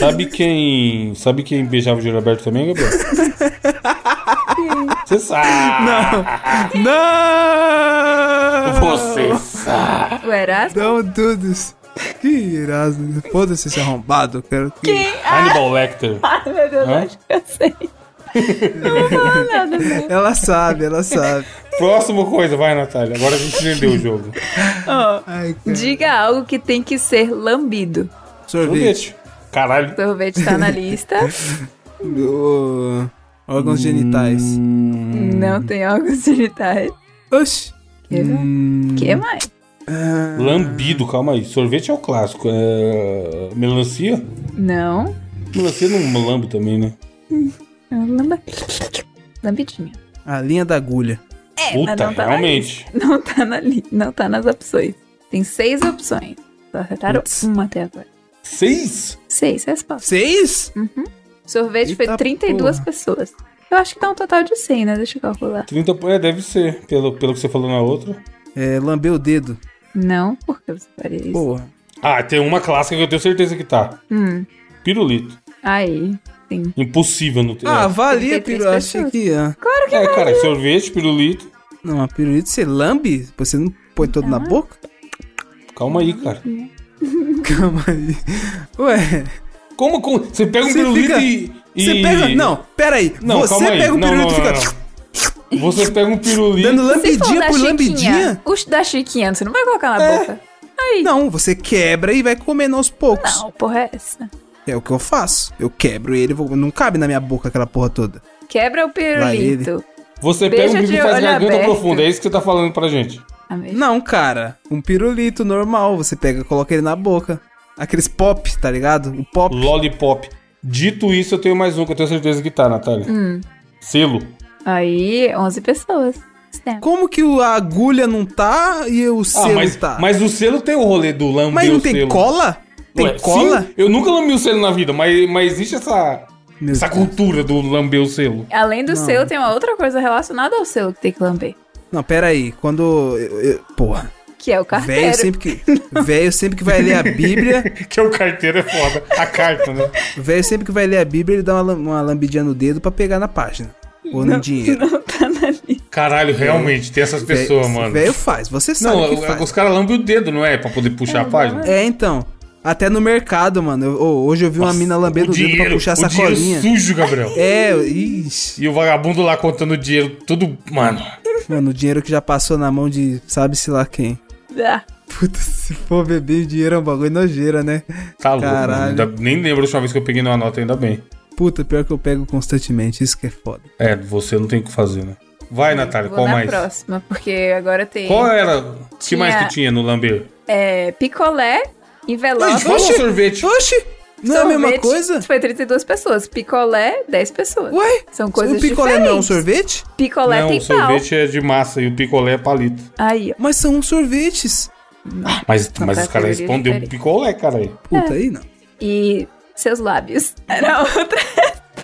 Sabe quem. Sabe quem beijava o Júlio Alberto também, Gabriel? Você sabe! Não! Você sabe! O Erasmo? Não, dudes. Então, Que irado. Foda-se esse arrombado. eu Quero que... assim. Hannibal Lecter. Ai, meu Deus, Hã? acho que eu sei. Não vou falar nada, né? Ela sabe, ela sabe. Próxima coisa, vai, Natália. Agora a gente entendeu o jogo. Ó, Ai, cara. diga algo que tem que ser lambido. Sorvete. Sorvete. Caralho. Sorvete tá na lista. Ô, Órgãos genitais. Hum. Não tem órgãos genitais. Oxi. Quer ver? que mais? Lambido, calma aí. Sorvete é o clássico. É... Melancia? Não. Melancia não lambe também, né? É um lamba- Lambidinha. A linha da agulha. É, mas Puta, não tá realmente. Na lista. Não tá, na li... não tá nas opções. Tem seis opções. Só acertaram Putz. uma até agora. Seis? Seis respostas. Seis? Sorvete Eita foi 32 porra. pessoas. Eu acho que dá um total de 100, né? Deixa eu calcular. 30, po- é, deve ser, pelo, pelo que você falou na outra. É, lamber o dedo. Não, por que você faria isso? Porra. Ah, tem uma clássica que eu tenho certeza que tá. Hum, Pirulito. aí, sim. Impossível não ter. Ah, valia, 33 piru. Achei pessoas. que... Ah. é, cara, sorvete, pirulito. Não, a pirulito você lambe? Você não põe todo na boca? Calma aí, cara. Calma aí. Ué, Como, como? Você pega um Você pirulito fica- e, e. você pega... Não, pera aí. Não, você calma aí. pega o Não, não, pirulito e fica... não, não. Você pega um pirulito. Dando Se for lambidinha da por lambidinha? Chiquinha, os da Chiquinha, você não vai colocar na É. boca. Aí. Não, você quebra e vai comendo aos poucos. Não, porra, é essa. É o que eu faço. Eu quebro ele, vou- não cabe na minha boca aquela porra toda. Quebra o pirulito. Você Beijo pega um pirulito de e faz olho garganta aberto. profunda. É isso que você tá falando pra gente. Amei. Não, cara. Um pirulito normal, você pega e coloca ele na boca. Aqueles pop, tá ligado? O pop. Lollipop. Dito isso, eu tenho mais um que eu tenho certeza que tá, Natália. Hum. Selo. Aí, 11 pessoas. Stem. Como que o- a agulha não tá e o Ah, selo mas, tá? mas o selo tem o rolê do lamber Mas não o tem selo. cola? Tem Ué, cola? sim, eu nunca lambi o selo na vida, mas, mas existe essa, Meu essa Deus. cultura do lamber o selo. Além do selo, tem uma outra coisa relacionada ao selo que tem que lamber. Não, pera aí. Quando. eu- eu- porra. Que é o carteiro. Velho sempre que. Velho sempre que vai ler a Bíblia. Que é o carteiro é foda. A carta, né? Velho sempre que vai ler a Bíblia, ele dá uma, lam- uma lambidinha no dedo pra pegar na página. Ou no dinheiro. Não tá na lista. Caralho, realmente, tem essas pessoas, Véio- mano. Véio faz, você é sabe não, que o- faz. os caras lambem o dedo, não é? Pra poder puxar a página. É, então. Até no mercado, mano. Eu- ô, hoje eu vi uma mina lambendo o dedo pra puxar a o dinheiro sacolinha. sujo, Gabriel. É, ixi. E o vagabundo lá contando o dinheiro, tudo. Mano. Mano, o dinheiro que já passou na mão de sabe-se lá quem. Ah, Puta, se for beber o dinheiro é um bagulho nojeira, né? Tá louco. Caralho. mano. Ainda- nem lembro a última vez que eu peguei numa nota, ainda bem. Puta, pior que eu pego constantemente, isso que é foda. É, você não tem o que fazer, né? Vai, Natália, vou qual na mais? próxima, porque agora tem é? Qual era? O que Tinha- mais que tinha no lamber? é, picolé, envelope. A gente falou sorvete. Oxi! Não é a mesma sorvete. coisa? Foi 32 pessoas. Picolé, 10 pessoas. Ué? São coisas O picolé diferentes. não é um sorvete? um Picolé não, tem o sorvete é de massa e o picolé é palito. pau. Aí, ó. Mas são sorvetes. Mas, mas os caras categoria respondeu diferente. picolé, cara aí. Puta, É. aí não. E seus lábios. Era outra.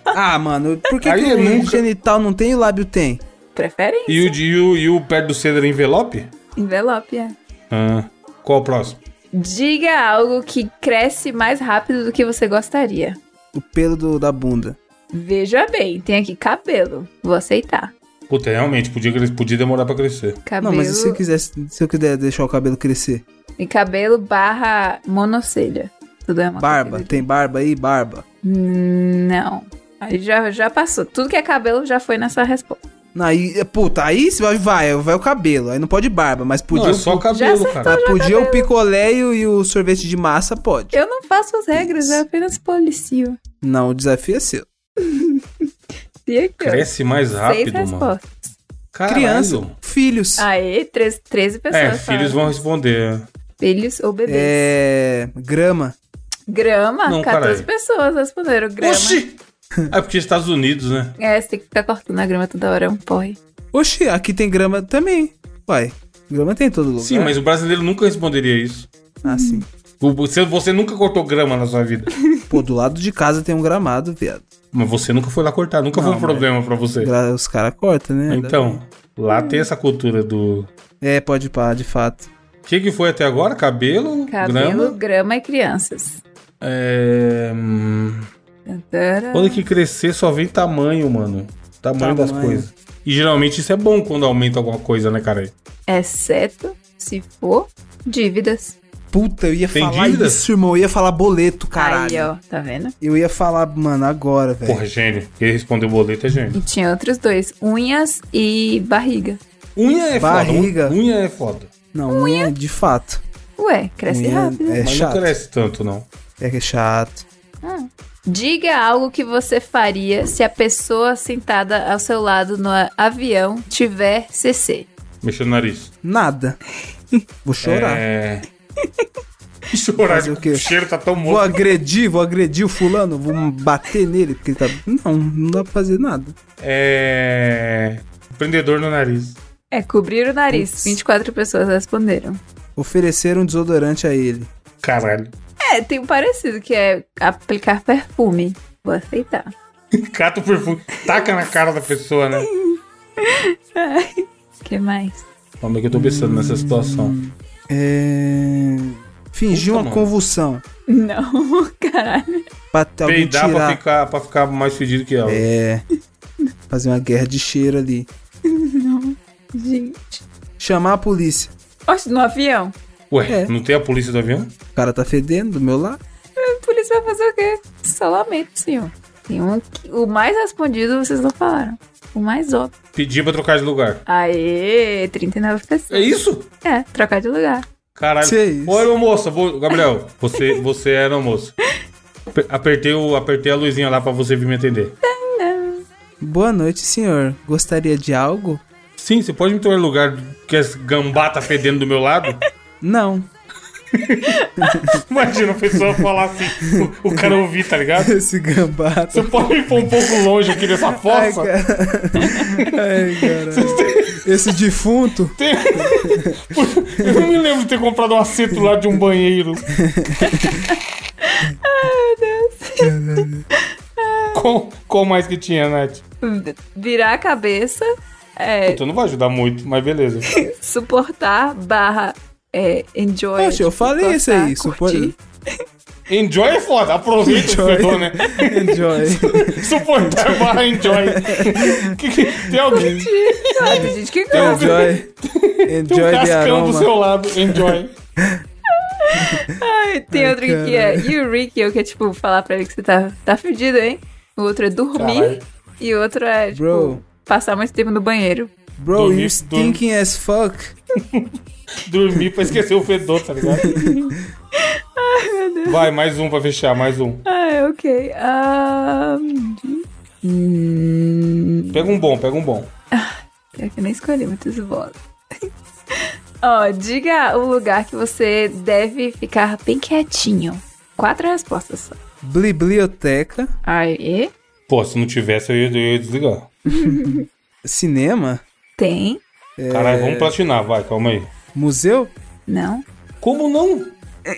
Ah, mano, por que, Aí que eu o nunca- genital não tem e o lábio tem? Preferência. E o, de- e o, e o pé do cedro é envelope? Envelope, é. Ah, qual o próximo? Diga algo que cresce mais rápido do que você gostaria. O pelo do- da bunda. Veja bem, tem aqui cabelo. Vou aceitar. Puta, realmente, podia, cres- podia demorar pra crescer. Cabelo Não, mas e se eu quisesse, se eu quiser deixar o cabelo crescer? e cabelo barra monocelha. Tudo é uma Barba, coisa. tem barba aí? Barba. Não. Aí já, já passou. Tudo que é cabelo já foi nessa resposta. Não, aí, é, puta, aí se vai, vai, vai o cabelo. Aí não pode barba, mas podia, um Não, é o- só Já cabelo, acertou, cara. mas podia o picolé e o, e o sorvete de massa, pode. Eu não faço as regras, eu apenas policio. Não, o desafio é seu. E aqui, ó, Cresce mais Seis rápido, mano. respostas. Caralho. Criança, filhos. Aê, 13, 13 pessoas. É, filhos vão falaram. responder. Filhos ou bebês. É. Grama. Grama, Não, 14 caralho. pessoas responderam grama. Oxi! É porque Estados Unidos, né? É, você tem que ficar cortando a grama toda hora, é um porre. Oxi, aqui tem grama também. Uai, grama tem em todo lugar. Sim, mas o brasileiro nunca responderia isso. Ah, sim. O- Você, você nunca cortou grama na sua vida. Pô, do lado de casa tem um gramado, viado. Mas você nunca foi lá cortar, nunca foi um problema pra você. Gra- Os caras cortam, né? Então, lá tem essa cultura do. É, pode pá, de fato. O que, que foi até agora? Cabelo, Cabelo, grama, grama. e crianças. É... hum, Tadã. Quando que crescer só vem tamanho, mano. Tamanho, das Tamanho. coisas. E geralmente isso é bom quando aumenta alguma coisa, né, cara? Exceto se for dívidas. Puta, eu ia Tem falar dívida? isso, irmão. Eu ia falar boleto, caralho. Aí, ó, tá vendo? Eu ia falar, mano, agora, velho. Porra, gênio. Ele respondeu o boleto, é gênio. E tinha outros dois: unhas e barriga. Unha é Barriga. foda. Unha é foda. Não, unha, de fato. Ué, cresce Unha rápido. É Mas chato. não cresce tanto, não. É que é chato. Diga algo que você faria se a pessoa sentada ao seu lado no a- avião tiver CC. Mexer no nariz. Nada. Vou chorar. É. Chorar, Fazer o quê? o cheiro tá tão Vou morto. agredir, vou agredir o fulano, vou bater nele, porque ele tá. Não, não dá pra fazer nada. É. Prendedor no nariz. É cobrir o nariz. Putz. 24 pessoas responderam. Oferecer um desodorante a ele. Caralho. É, tem um parecido que é aplicar perfume. Vou aceitar. Cata o perfume. Taca na cara da pessoa, né? O que mais? Como é que eu tô pensando nessa situação? Hum. É. Fingir Puta, uma mano. convulsão. Não, caralho. Pra ter alguém Peidar pra tirar. ficar, pra ficar mais fedido que ela. É. Fazer uma guerra de cheiro ali. Gente. Chamar a polícia. Oxe, no avião? Ué, É. não tem a polícia do avião? O cara tá fedendo do meu lado. A polícia vai fazer o quê? Só lamento, senhor. Tem um que- o mais respondido vocês não falaram. O mais óbvio. Pedir pra trocar de lugar. Aê, 39 É pessoas. isso? É, trocar de lugar. Caralho. Que isso? Ô, aeromoça, vou... Gabriel, você, você é aeromoça. Aper- Apertei, o, apertei a luzinha lá pra você vir me atender. Boa noite, senhor. Gostaria de algo? Sim, você pode me trocar de lugar que esse gambá tá fedendo do meu lado? Não. Imagina a pessoa falar assim, o, o cara ouvir, tá ligado? Esse gambá. tá- Você pode me pôr um pouco longe aqui dessa Ai, fossa? cara. Ai, cara. Esse defunto. Tem- Eu não me lembro de ter comprado um assento lá de um banheiro. Qual, qual mais que tinha, Nath? Virar a cabeça. É, Puta, não vai ajudar muito, mas beleza. suportar barra é, enjoy. Poxa, eu falei isso aí. suportar, Supor... curtir. Enjoy é foda, aproveita o Enjoy. fedor, né? Enjoy. Suportar barra enjoy. Que- que- tem alguém, Ah, tem gente que um gosta. Enjoy. tem um Enjoy the cascão do aroma. seu lado, enjoy. Ai, tem Ai, outro que é e o Rick, que é tipo, falar pra ele que você tá, tá fedido, hein? O outro é dormir Caralho. e o outro é, tipo, Bro. passar mais tempo no banheiro. Bro, Dormir, you stinking as fuck. Dormir pra esquecer o fedor, tá ligado? Vai, mais um pra fechar, mais um. Ah, ok. Ahn, hum, Pega um bom, pega um bom. pior que eu nem escolhi muitos votos. Ó, diga o lugar que você deve ficar bem quietinho. Quatro respostas só. Biblioteca. Aí, Pô, se não tivesse, eu ia, eu ia desligar. Cinema. tem, É. Caralho, vamos platinar, vai, calma aí. Museu. não. Como não?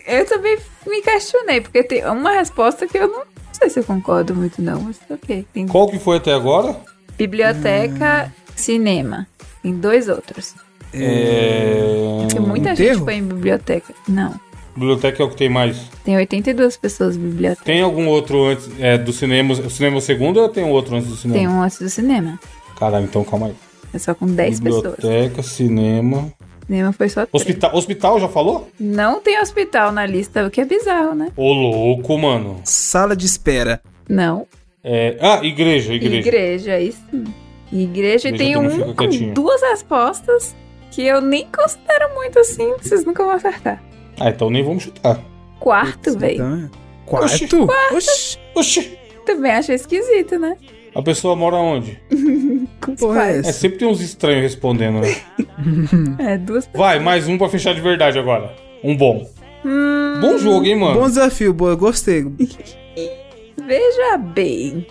Eu também me questionei, porque tem uma resposta que eu não sei se eu concordo muito, não, mas tá ok. Tem Qual que foi até agora? biblioteca, Hum. cinema. Tem dois outros. É... Porque muita gente enterro? foi em biblioteca. Não. Biblioteca é o que tem mais. Tem 82 pessoas em biblioteca. Tem algum outro antes é, do cinema? O cinema é o segundo ou tem outro antes do cinema? Tem um antes um do cinema. Caralho, então calma aí. É só com 10 pessoas. Biblioteca, cinema. Cinema foi só três. Hospital, hospital já falou? Não tem hospital na lista, o que é bizarro, né? Ô, louco, mano. Sala de espera. Não. É, ah, igreja, igreja. Igreja, aí sim. Igreja Igreja, e tem também um fica com quietinho. duas respostas que eu nem considero muito assim, que vocês nunca vão acertar. Ah, então nem vamos chutar. Quarto, velho. Então, é. Oxi. Quarto? Oxi. Oxi! Também achei esquisito, né? A pessoa mora onde? Com os Porra, é pais. É, essa? sempre tem uns estranhos respondendo, né? É, duas. Vai, mais um pra fechar de verdade agora. Um bom. Hum, Bom jogo, hein, mano? Bom desafio, boa. Gostei. Veja bem.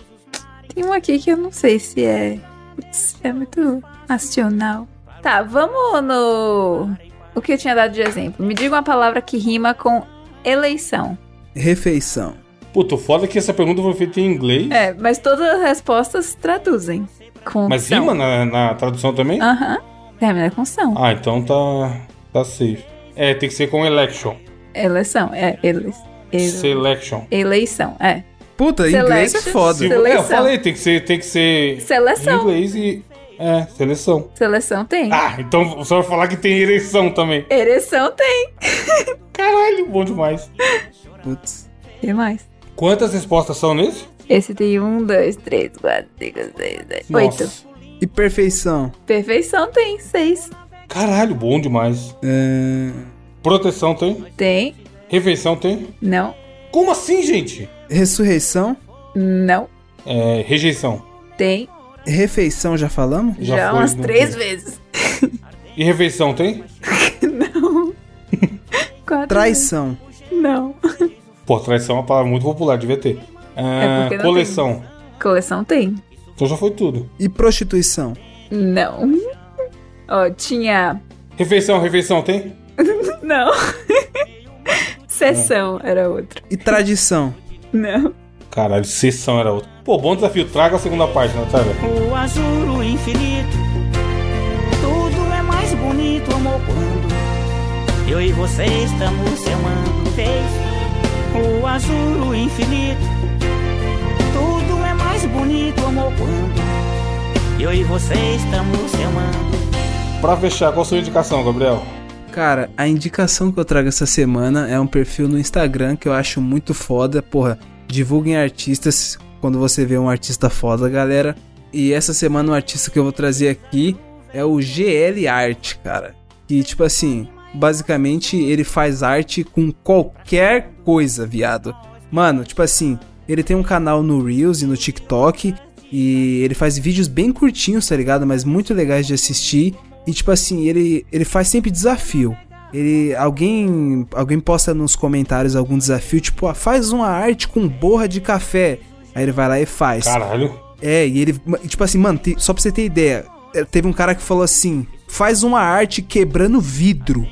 Tem um aqui que eu não sei se é. Putz, é muito nacional. Tá, vamos no. O que eu tinha dado de exemplo. Me diga uma palavra que rima com eleição. Refeição. Puta, o foda é que essa pergunta foi feita em inglês. É, mas todas as respostas traduzem. Com Mas são. rima na, na tradução também? Aham. Termina com são. Ah, então tá. Tá safe. É, tem que ser com election. Eleição, é. Eles, ele- Selection. eleição, é. Puta, Selection. inglês é Se- foda. Seleção. É, eu falei, tem que ser, tem que ser em Seleção. inglês e. É, seleção. Seleção tem. Ah, então você vai falar que tem ereção também. Ereção tem. Caralho, bom demais. Putz. E mais? Quantas respostas são nesse? Esse tem um, dois, três, quatro, cinco, seis, sete, oito. Nossa. E perfeição? Perfeição tem seis. Caralho, bom demais. É, Proteção tem? Tem. Refeição tem? Não. Como assim, gente? Ressurreição? Não. É, rejeição. Tem. Refeição, já falamos? Já, Já foi, umas não três tem. vezes. E refeição tem? Não. Quatro Traição. vezes. Não. Pô, traição é uma palavra muito popular, devia ter. Ah, É porque não coleção. Coleção tem. Então já foi tudo. E prostituição? Não. Ó, tinha. Refeição, refeição tem? Não. Sessão É. era outro. E tradição? Não. Caralho, sessão era outra. Pô, bom desafio. Traga a segunda parte, Natália. O azul infinito. Tudo é mais bonito, amor, quando eu e você estamos se amando. Fez o azul infinito. Tudo é mais bonito, amor, quando eu e você estamos se amando. Pra fechar, qual a sua indicação, Gabriel? Cara, a indicação que eu trago essa semana é um perfil no Instagram que eu acho muito foda. Porra, divulguem artistas quando você vê um artista foda, galera. E essa semana o artista que eu vou trazer aqui é o GL Art, cara. Que tipo assim, basicamente ele faz arte com qualquer coisa, viado. Mano, tipo assim, ele tem um canal no Reels e no TikTok. E ele faz vídeos bem curtinhos, tá ligado? Mas muito legais de assistir. E tipo assim, ele, ele faz sempre desafio. Ele alguém alguém posta nos comentários algum desafio, tipo, ah, faz uma arte com borra de café. Aí ele vai lá e faz. Caralho. É, e ele ma- tipo assim, mano, te- só pra você ter ideia, é, teve um cara que falou assim: "Faz uma arte quebrando vidro".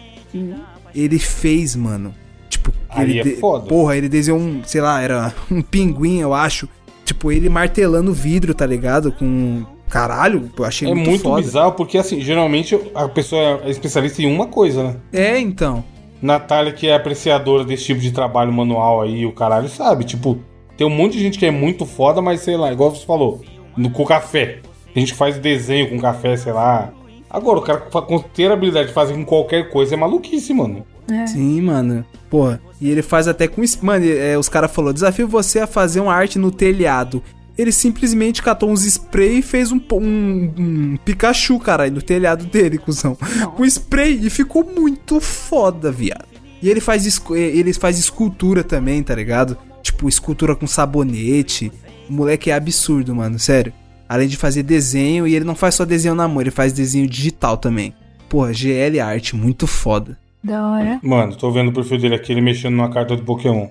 Ele fez, mano. Tipo, Aí ele é de- foda. porra, ele desenhou um, sei lá, era um pinguim, eu acho. Tipo, ele martelando vidro, tá ligado? Com caralho, eu achei é muito, muito foda. bizarro, porque assim, geralmente a pessoa é especialista em uma coisa, né? É, então. Natália, que é apreciadora desse tipo de trabalho manual aí, o caralho, sabe? Tipo, tem um monte de gente que é muito foda, mas sei lá, igual você falou, no, com café. A gente que faz desenho com café, sei lá. Agora, o cara fa- com ter a habilidade de fazer com qualquer coisa é maluquice, mano. Sim, mano. Porra. E ele faz até com. es- Mano, é, os caras falaram: desafio você a fazer uma arte no telhado. Ele simplesmente catou uns spray e fez um, po- um, um Pikachu, caralho, no telhado dele, cuzão. Com spray e ficou muito foda, viado. E ele faz, escu- ele faz escultura também, tá ligado? Tipo, escultura com sabonete. O moleque é absurdo, mano, sério. Além de fazer desenho, e ele não faz só desenho na mão, ele faz desenho digital também. Porra, GL Arte, muito foda. Da hora. Mano, tô vendo o perfil dele aqui, ele mexendo numa carta do Pokémon.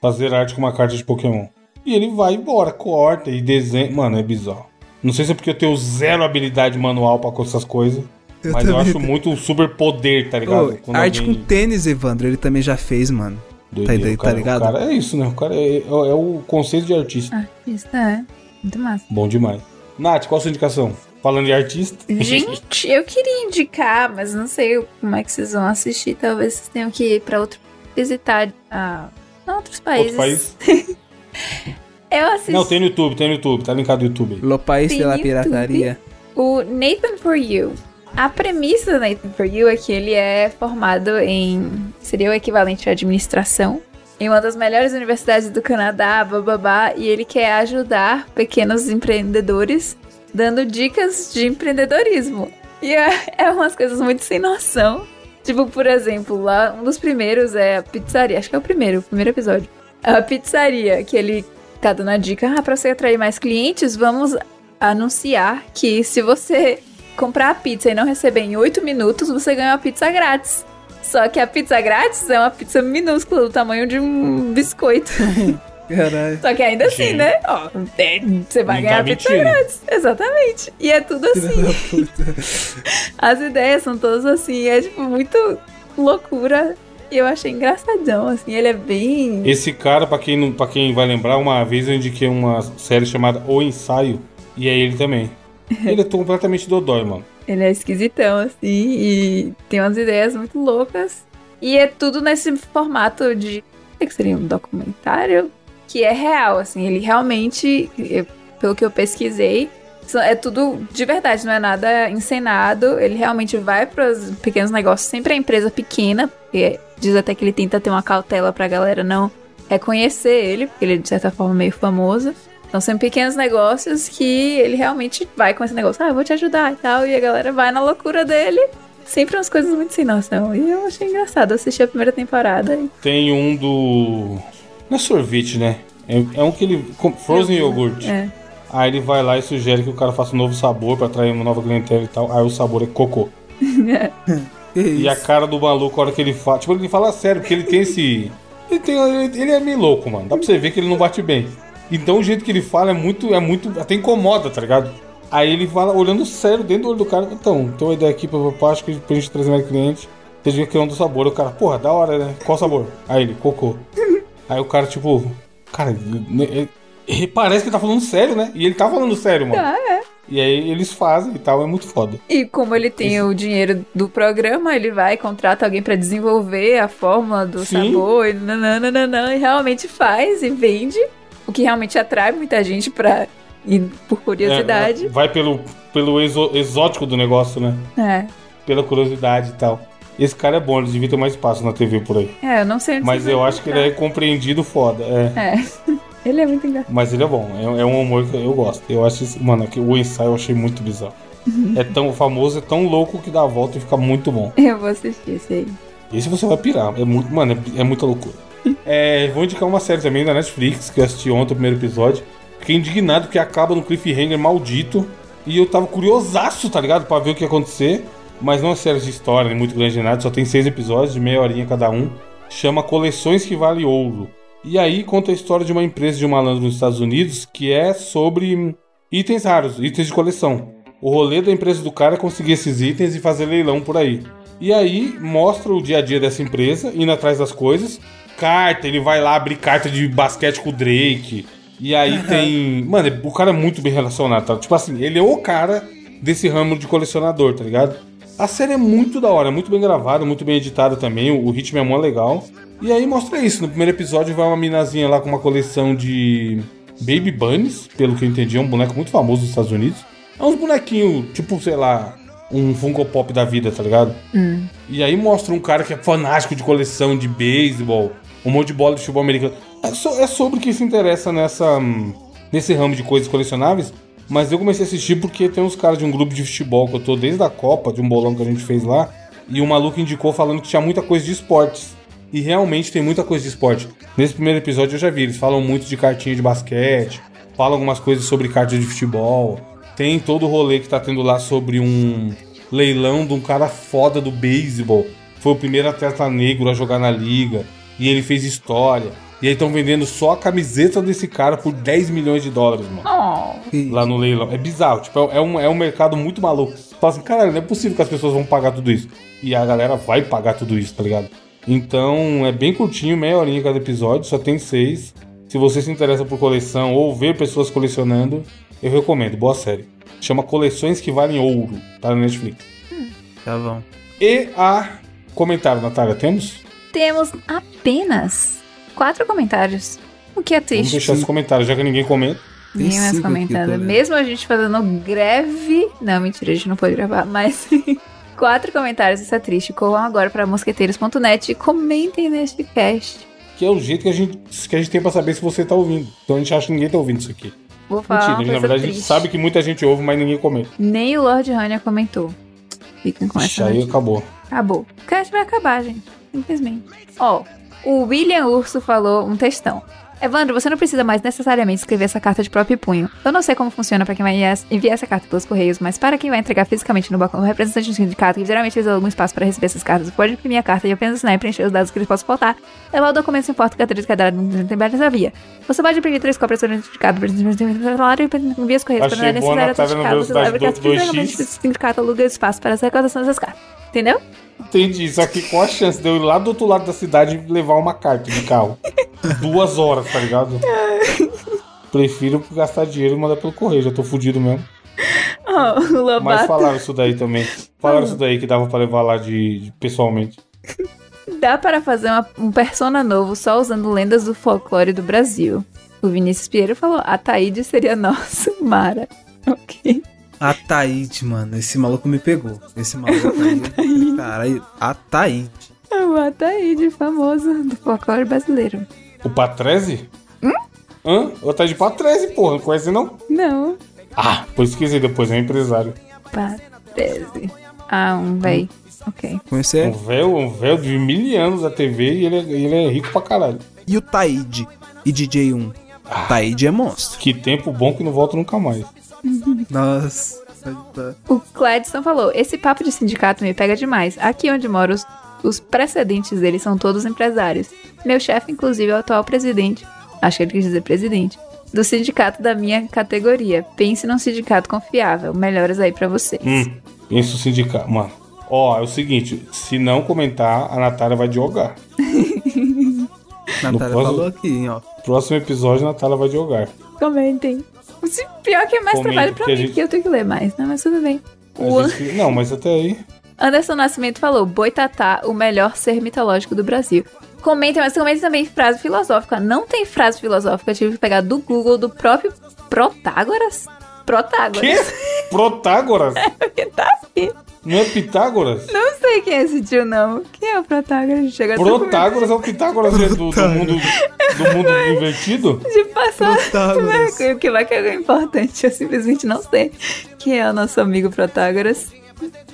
fazer arte com uma carta de Pokémon. E ele vai embora, corta e desenha. Mano, é bizarro. Não sei se é porque eu tenho zero habilidade manual pra com essas coisas. Eu mas eu também acho muito um super poder, tá ligado? Ô, Quando arte alguém- com tênis, Evandro, ele também já fez, mano. Doideira, Tá aí, o tá cara, ligado? O cara é isso, né? O cara é, é- é o conceito de artista. Artista, é. Muito massa. Bom demais. Nath, qual a sua indicação? Falando de artista. Gente, eu queria indicar, mas não sei como é que vocês vão assistir. Talvez vocês tenham que ir pra outro visitar ah, outros países. Outro país? Eu assisti Não, tem no YouTube, tem no YouTube. Tá linkado no YouTube. Lo País de la Tem YouTube. Pirataria. o O Nathan For You. A premissa do Nathan For You é que ele é formado em. seria o equivalente à administração. Em uma das melhores universidades do Canadá, bababá, e ele quer ajudar pequenos empreendedores dando dicas de empreendedorismo. E é, é umas coisas muito sem noção. Tipo, por exemplo, lá um dos primeiros é a pizzaria. Acho que é o primeiro, o primeiro episódio. A pizzaria, que ele tá dando a dica, ah, pra você atrair mais clientes, vamos anunciar que se você comprar a pizza e não receber em 8 minutos, você ganha uma pizza grátis. Só que a pizza grátis é uma pizza minúscula, do tamanho de um biscoito. Caralho. Só que ainda assim, Hum. Sim. né? Ó, é, você vai Não ganhar tá a pizza mentindo. grátis. Exatamente. E é tudo Filha assim. da puta. As ideias são todas assim. É, tipo, muito loucura. E eu achei engraçadão, assim. Ele é bem... Esse cara, pra quem, não, pra quem vai lembrar, uma vez eu indiquei uma série chamada O Ensaio, e é ele também. Ele é completamente dodói, mano. Ele é esquisitão, assim, e tem umas ideias muito loucas. E é tudo nesse formato de. o que seria um documentário? Que é real, assim. Ele realmente, eh, pelo que eu pesquisei, são- é tudo de verdade, não é nada encenado. Ele realmente vai para os pequenos negócios, sempre a empresa pequena, porque diz até que ele tenta ter uma cautela pra galera não reconhecer ele, porque ele é de certa forma meio famoso. Então são pequenos negócios que ele realmente vai com esse negócio, ah, eu vou te ajudar e tal, e a galera vai na loucura dele. Sempre umas coisas muito sem noção. E eu achei engraçado, eu assisti a primeira temporada e Tem um do. Não é sorvete, né? É, é um que ele. com- Frozen yogurt. é. Aí ele vai lá e sugere que o cara faça um novo sabor pra atrair uma nova clientela e tal. Aí o sabor é cocô. Que E a isso? cara do maluco, a hora que ele fala. Tipo, ele fala sério, porque ele tem esse. Ele, tem, ele, ele é meio louco, mano. Dá pra você ver que ele não bate bem. Então o jeito que ele fala é muito. é muito. até incomoda, tá ligado? Aí ele fala, olhando sério dentro do olho do cara, então, tem uma ideia aqui pra, pra, acho que pra gente trazer mais cliente. Seja é criando sabor. O cara, porra, da hora, né? Qual sabor? Aí ele, cocô. Aí o cara, tipo, cara, ele- ele- parece que tá falando sério, né? E ele tá falando sério, mano. Ah, é. E aí eles fazem e tal, é muito foda. E como ele tem o dinheiro do programa, ele vai e contrata alguém pra desenvolver a fórmula do Sim. sabor e nananana, e realmente faz e vende, o que realmente atrai muita gente pra e por É, curiosidade. vai pelo, pelo exo- exótico do negócio, né? É. Pela curiosidade e tal. Esse cara é bom, ele devia ter mais espaço na TV por aí. É, eu não sei onde Mas você eu vai acho que ele é compreendido foda. É. É. Ele é muito engraçado. Mas ele é bom, é, é um humor que eu gosto. Eu acho, esse- mano, aqui, o ensaio eu achei muito bizarro. É tão famoso, é tão louco que dá a volta e fica muito bom. Eu vou assistir esse aí. Esse você vai pirar. É muito, mano, é, é muita loucura. É, vou indicar uma série também da Netflix que eu assisti ontem o primeiro episódio. Fiquei indignado que acaba no cliffhanger maldito. E eu tava curiosaço, tá ligado? Pra ver o que ia acontecer. Mas não é série de história, nem muito grande nem nada. Só tem seis episódios, de meia horinha cada um. Chama Coleções que Vale Ouro. E aí conta a história de uma empresa de um malandro nos Estados Unidos que é sobre hum, itens raros, itens de coleção. O rolê da empresa do cara é conseguir esses itens e fazer leilão por aí. E aí mostra o dia a dia dessa empresa, indo atrás das coisas. Carta, ele vai lá abrir carta de basquete com o Drake. E aí tem. Mano, é- o cara é muito bem relacionado, tá? Tipo assim, ele é o cara desse ramo de colecionador, tá ligado? A série é muito da hora, é muito bem gravada, muito bem editada também, o o ritmo é mó legal. E aí mostra isso. No primeiro episódio vai uma minazinha lá com uma coleção de Baby Bunnies, pelo que eu entendi, é um boneco muito famoso dos Estados Unidos. É uns bonequinhos, tipo, sei lá, um Funko Pop da vida, tá ligado? E aí mostra um cara que é fanático de coleção de beisebol, um monte de bola de futebol americano. É, so- é sobre quem se interessa nessa, hum, nesse ramo de coisas colecionáveis. Mas eu comecei a assistir porque tem uns caras de um grupo de futebol que eu tô desde a Copa, de um bolão que a gente fez lá. E o maluco indicou falando que tinha muita coisa de esportes. E realmente tem muita coisa de esporte. Nesse primeiro episódio eu já vi, eles falam muito de cartinha de basquete, falam algumas coisas sobre carta de futebol. Tem todo o rolê que tá tendo lá sobre um leilão de um cara foda do beisebol. Foi o primeiro atleta negro a jogar na liga. E ele fez história. E aí estão vendendo só a camiseta desse cara por 10 milhões de dólares, mano Oh, Que isso? lá no leilão. É bizarro, tipo, é um, é um mercado muito maluco. Você fala assim, caralho, não é possível que as pessoas vão pagar tudo isso. E a galera vai pagar tudo isso, tá ligado? Então é bem curtinho, meia horinha cada episódio, só tem seis. Se você se interessa por coleção ou ver pessoas colecionando, eu recomendo, boa série. Chama Coleções que Valem Ouro, tá na Netflix. Tá bom. E a. Comentário, Natália, temos? temos apenas quatro comentários. O que é Vamos triste. deixar esse comentário, já que ninguém comenta. Tem Ninguém mais cinco aqui, tá comentando. pelo menos. Mesmo a gente fazendo greve. Não, mentira, a gente não pode gravar, mas. Quatro comentários dessa triste. Corram agora para mosqueteiros.net e comentem neste cast. Que é o jeito que a gente, que a gente tem pra saber se você tá ouvindo. Então a gente acha que ninguém tá ouvindo isso aqui. Vou Mentira, falar. uma na coisa verdade a gente triste. sabe que muita gente ouve, mas ninguém comenta. Nem o Lord Rania comentou. Fiquem com Ixi, essa. aí notícia. acabou. Acabou. O cast vai acabar, gente. Simplesmente. Ó, o William Urso falou um textão. Evandro, você não precisa mais necessariamente escrever essa carta de próprio punho. Eu não sei como funciona pra quem vai enviar essa carta pelos correios, mas para quem vai entregar fisicamente no balcão, o representante do sindicato, que geralmente usa algum espaço para receber essas cartas, pode imprimir a carta e apenas assinar e preencher os dados que eles possam faltar, levar o documento sem foto, carteira de cadastro, não tem mais da via. Você pode imprimir três cópias durante o sindicato, salário e envia os correios Achei para boa, necessário Natália, na você é leva velocidade a carta do- dois X. fisicamente do assim, sindicato, aluga espaço para essa recordação dessas cartas. Entendeu? Entendi, só que qual a chance de eu ir lá do outro lado da cidade e levar uma carta de carro? Duas horas, tá ligado? Prefiro gastar dinheiro e mandar pelo correio, já tô fudido mesmo. Oh, o Mas Lobato, falaram isso daí também. Tá Falaram isso daí que dava pra levar lá de, de- pessoalmente. dá para fazer uma- um persona novo só usando lendas do folclore do Brasil. O Vinícius Pinheiro falou, a Taíde seria nossa, Mara. Ok. Ataíde, mano. Esse maluco me pegou. Esse maluco. aí, Caralho, Ataíde. É O Ataíde, famoso do folclore brasileiro. O Patrese? Hum? Hã? Eu tá de Patrese, porra, não conhece não? Não, Ah, pois esqueci depois, é empresário. Patrese. Ah, um véi. Ok. Um Conhecer? véu, um véu de mil anos da TV e ele, é- ele é rico pra caralho. E o Taíde? E DJ1? Ah. Taíde é monstro. Que tempo bom que não volta nunca mais. Nossa. tá. O Cledson falou, esse papo de sindicato me pega demais. Aqui onde moro, os, os precedentes deles são todos empresários. Meu chefe, inclusive, é o atual presidente. Acho que ele quis dizer presidente. Do sindicato da minha categoria. Pense num sindicato confiável. Melhoras aí pra vocês. Hum, isso sindicato, mano. Ó, é o seguinte, se não comentar, a Natália vai jogar. Natália posso- falou aqui, hein, ó. Próximo episódio, a Natália vai jogar. Comentem. Se- Pior que é mais Comentem, trabalho pra porque mim, a gente- que eu tenho que ler mais, né? Mas tudo bem. O A gente- Não, mas até aí. Anderson Nascimento falou: Boitatá, o melhor ser mitológico do Brasil. Comentem, mas comentem também frase filosófica. Não tem frase filosófica, eu tive que pegar do Google do próprio Protágoras? Quê? Protágoras. Protágoras? Porque tá aqui. Não é Pitágoras? Não sei quem é esse tio, não. Quem é o Protágoras? Chega a ser Protágoras é o Pitágoras do, do mundo, do mundo invertido? de passar. Protágoras. O que vai que é algo importante, eu simplesmente não sei. Quem é o nosso amigo Protágoras?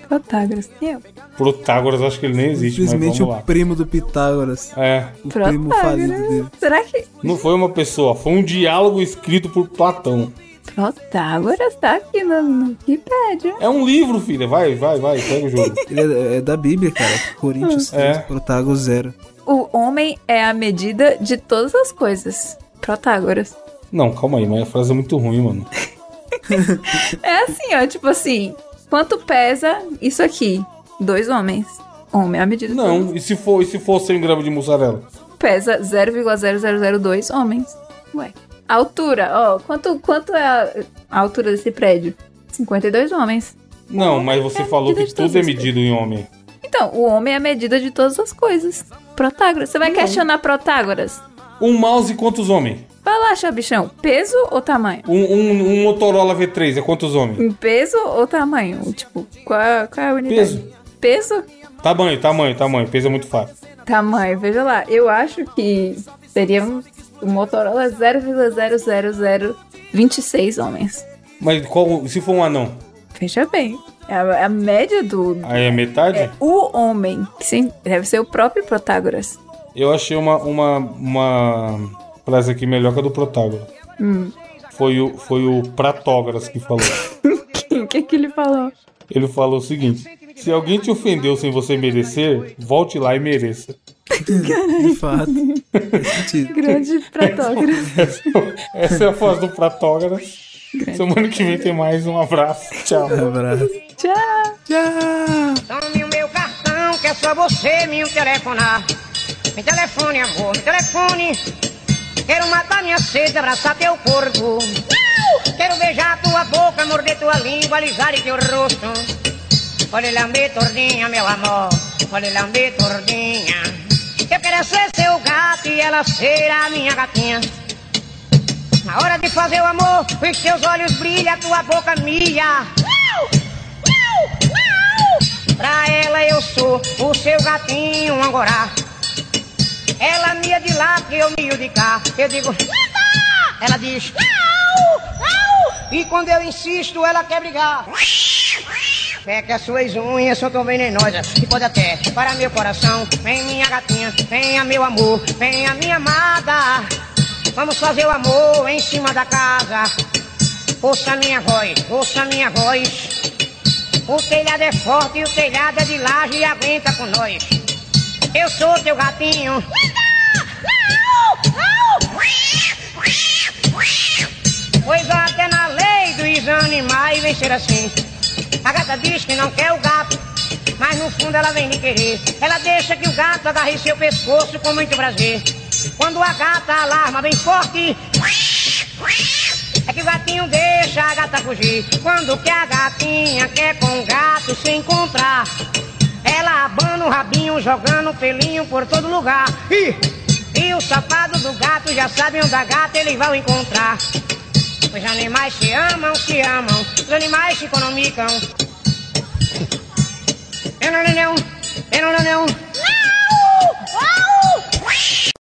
Protágoras, quem é? Protágoras, acho que ele nem existe, mas vamos Simplesmente o lá. primo do Pitágoras. É, O primo falido dele. Protágoras. Será que não foi uma pessoa, foi um diálogo escrito por Platão. Protágoras tá aqui no, no Wikipedia? É um livro, filha. Vai, vai, vai, pega o jogo. Ele é, é da Bíblia, cara. Coríntios 3, É. Protágoras 0. O homem é a medida de todas as coisas. Protágoras. Não, calma aí, mas a frase é muito ruim, mano. É assim, ó, tipo assim, quanto pesa isso aqui? Dois homens. Homem é a medida de Não, e se for, e se for 100 gramas de mussarela? tudo. Pesa 0,0002 homens. Ué. Altura, ó, quanto, quanto é a, a altura desse prédio? 52 homens. Não, mas você é falou medida que de todas tudo é as medido em homem. Então, o homem é a medida de todas as coisas. Protágoras. Você vai questionar Protágoras? Um mouse, quantos homens? Vai lá, chabichão. Peso ou tamanho? Um, um, um Motorola V3 é quantos homens? Em peso ou tamanho? Tipo, qual, é- qual é a unidade? Peso. Peso? Tamanho, tamanho, tamanho. Peso é muito fácil. Tamanho, veja lá. Eu acho que seria um, um Motorola 0,00026 homens. Mas qual, se for um anão, Veja bem. É a, é a média do. aí é metade? É o homem. Que sim, deve ser o próprio Protágoras. Eu achei uma, uma, uma frase aqui melhor que a do Protágoras. Hum. Foi, o, foi o Pratógoras que falou. O que, que ele falou? Ele falou o seguinte: se alguém te ofendeu sem você merecer, volte lá e mereça. De fato. Faz sentido. Grande Protágoras. Essa é a voz do Pratógoras. Semana que vem tem mais. Um abraço. Tchau. Abraço. Tchau. Tchau. Tome o meu cartão, que é só você me telefonar. Me telefone, amor, me telefone. Quero matar minha sede, abraçar teu corpo. Quero beijar tua boca, morder tua língua, alisar em teu rosto. Olha lamber tordinha, meu amor. Olha lamber tordinha. Eu quero é ser seu gato e ela ser a minha gatinha. Na hora de fazer o amor, os teus olhos brilham, tua boca milha. Pra ela eu sou o seu gatinho angorá. Ela mia de lá que eu mio de cá. Eu digo, ela diz, E quando eu insisto, ela quer brigar. É que as suas unhas são tão venenosas que pode até para meu coração. Vem minha gatinha, venha meu amor, venha minha amada. Vamos fazer o amor em cima da casa. Ouça minha voz, ouça minha voz. O telhado é forte, o telhado é de laje e aguenta com nós. Eu sou teu gatinho. Pois até na lei dos animais vem ser assim. A gata diz que não quer o gato, mas no fundo ela vem de querer. Ela deixa que o gato agarre seu pescoço com muito prazer. Quando a gata alarma bem forte, é que o gatinho deixa a gata fugir. Quando que a gatinha quer com o gato se encontrar, ela abana o rabinho, jogando o pelinho por todo lugar. E, e o safado do gato já sabe onde a gata ele vai encontrar. Os animais se amam, se amam, os animais se economicam. Eu não, não, não, eu não, não, não.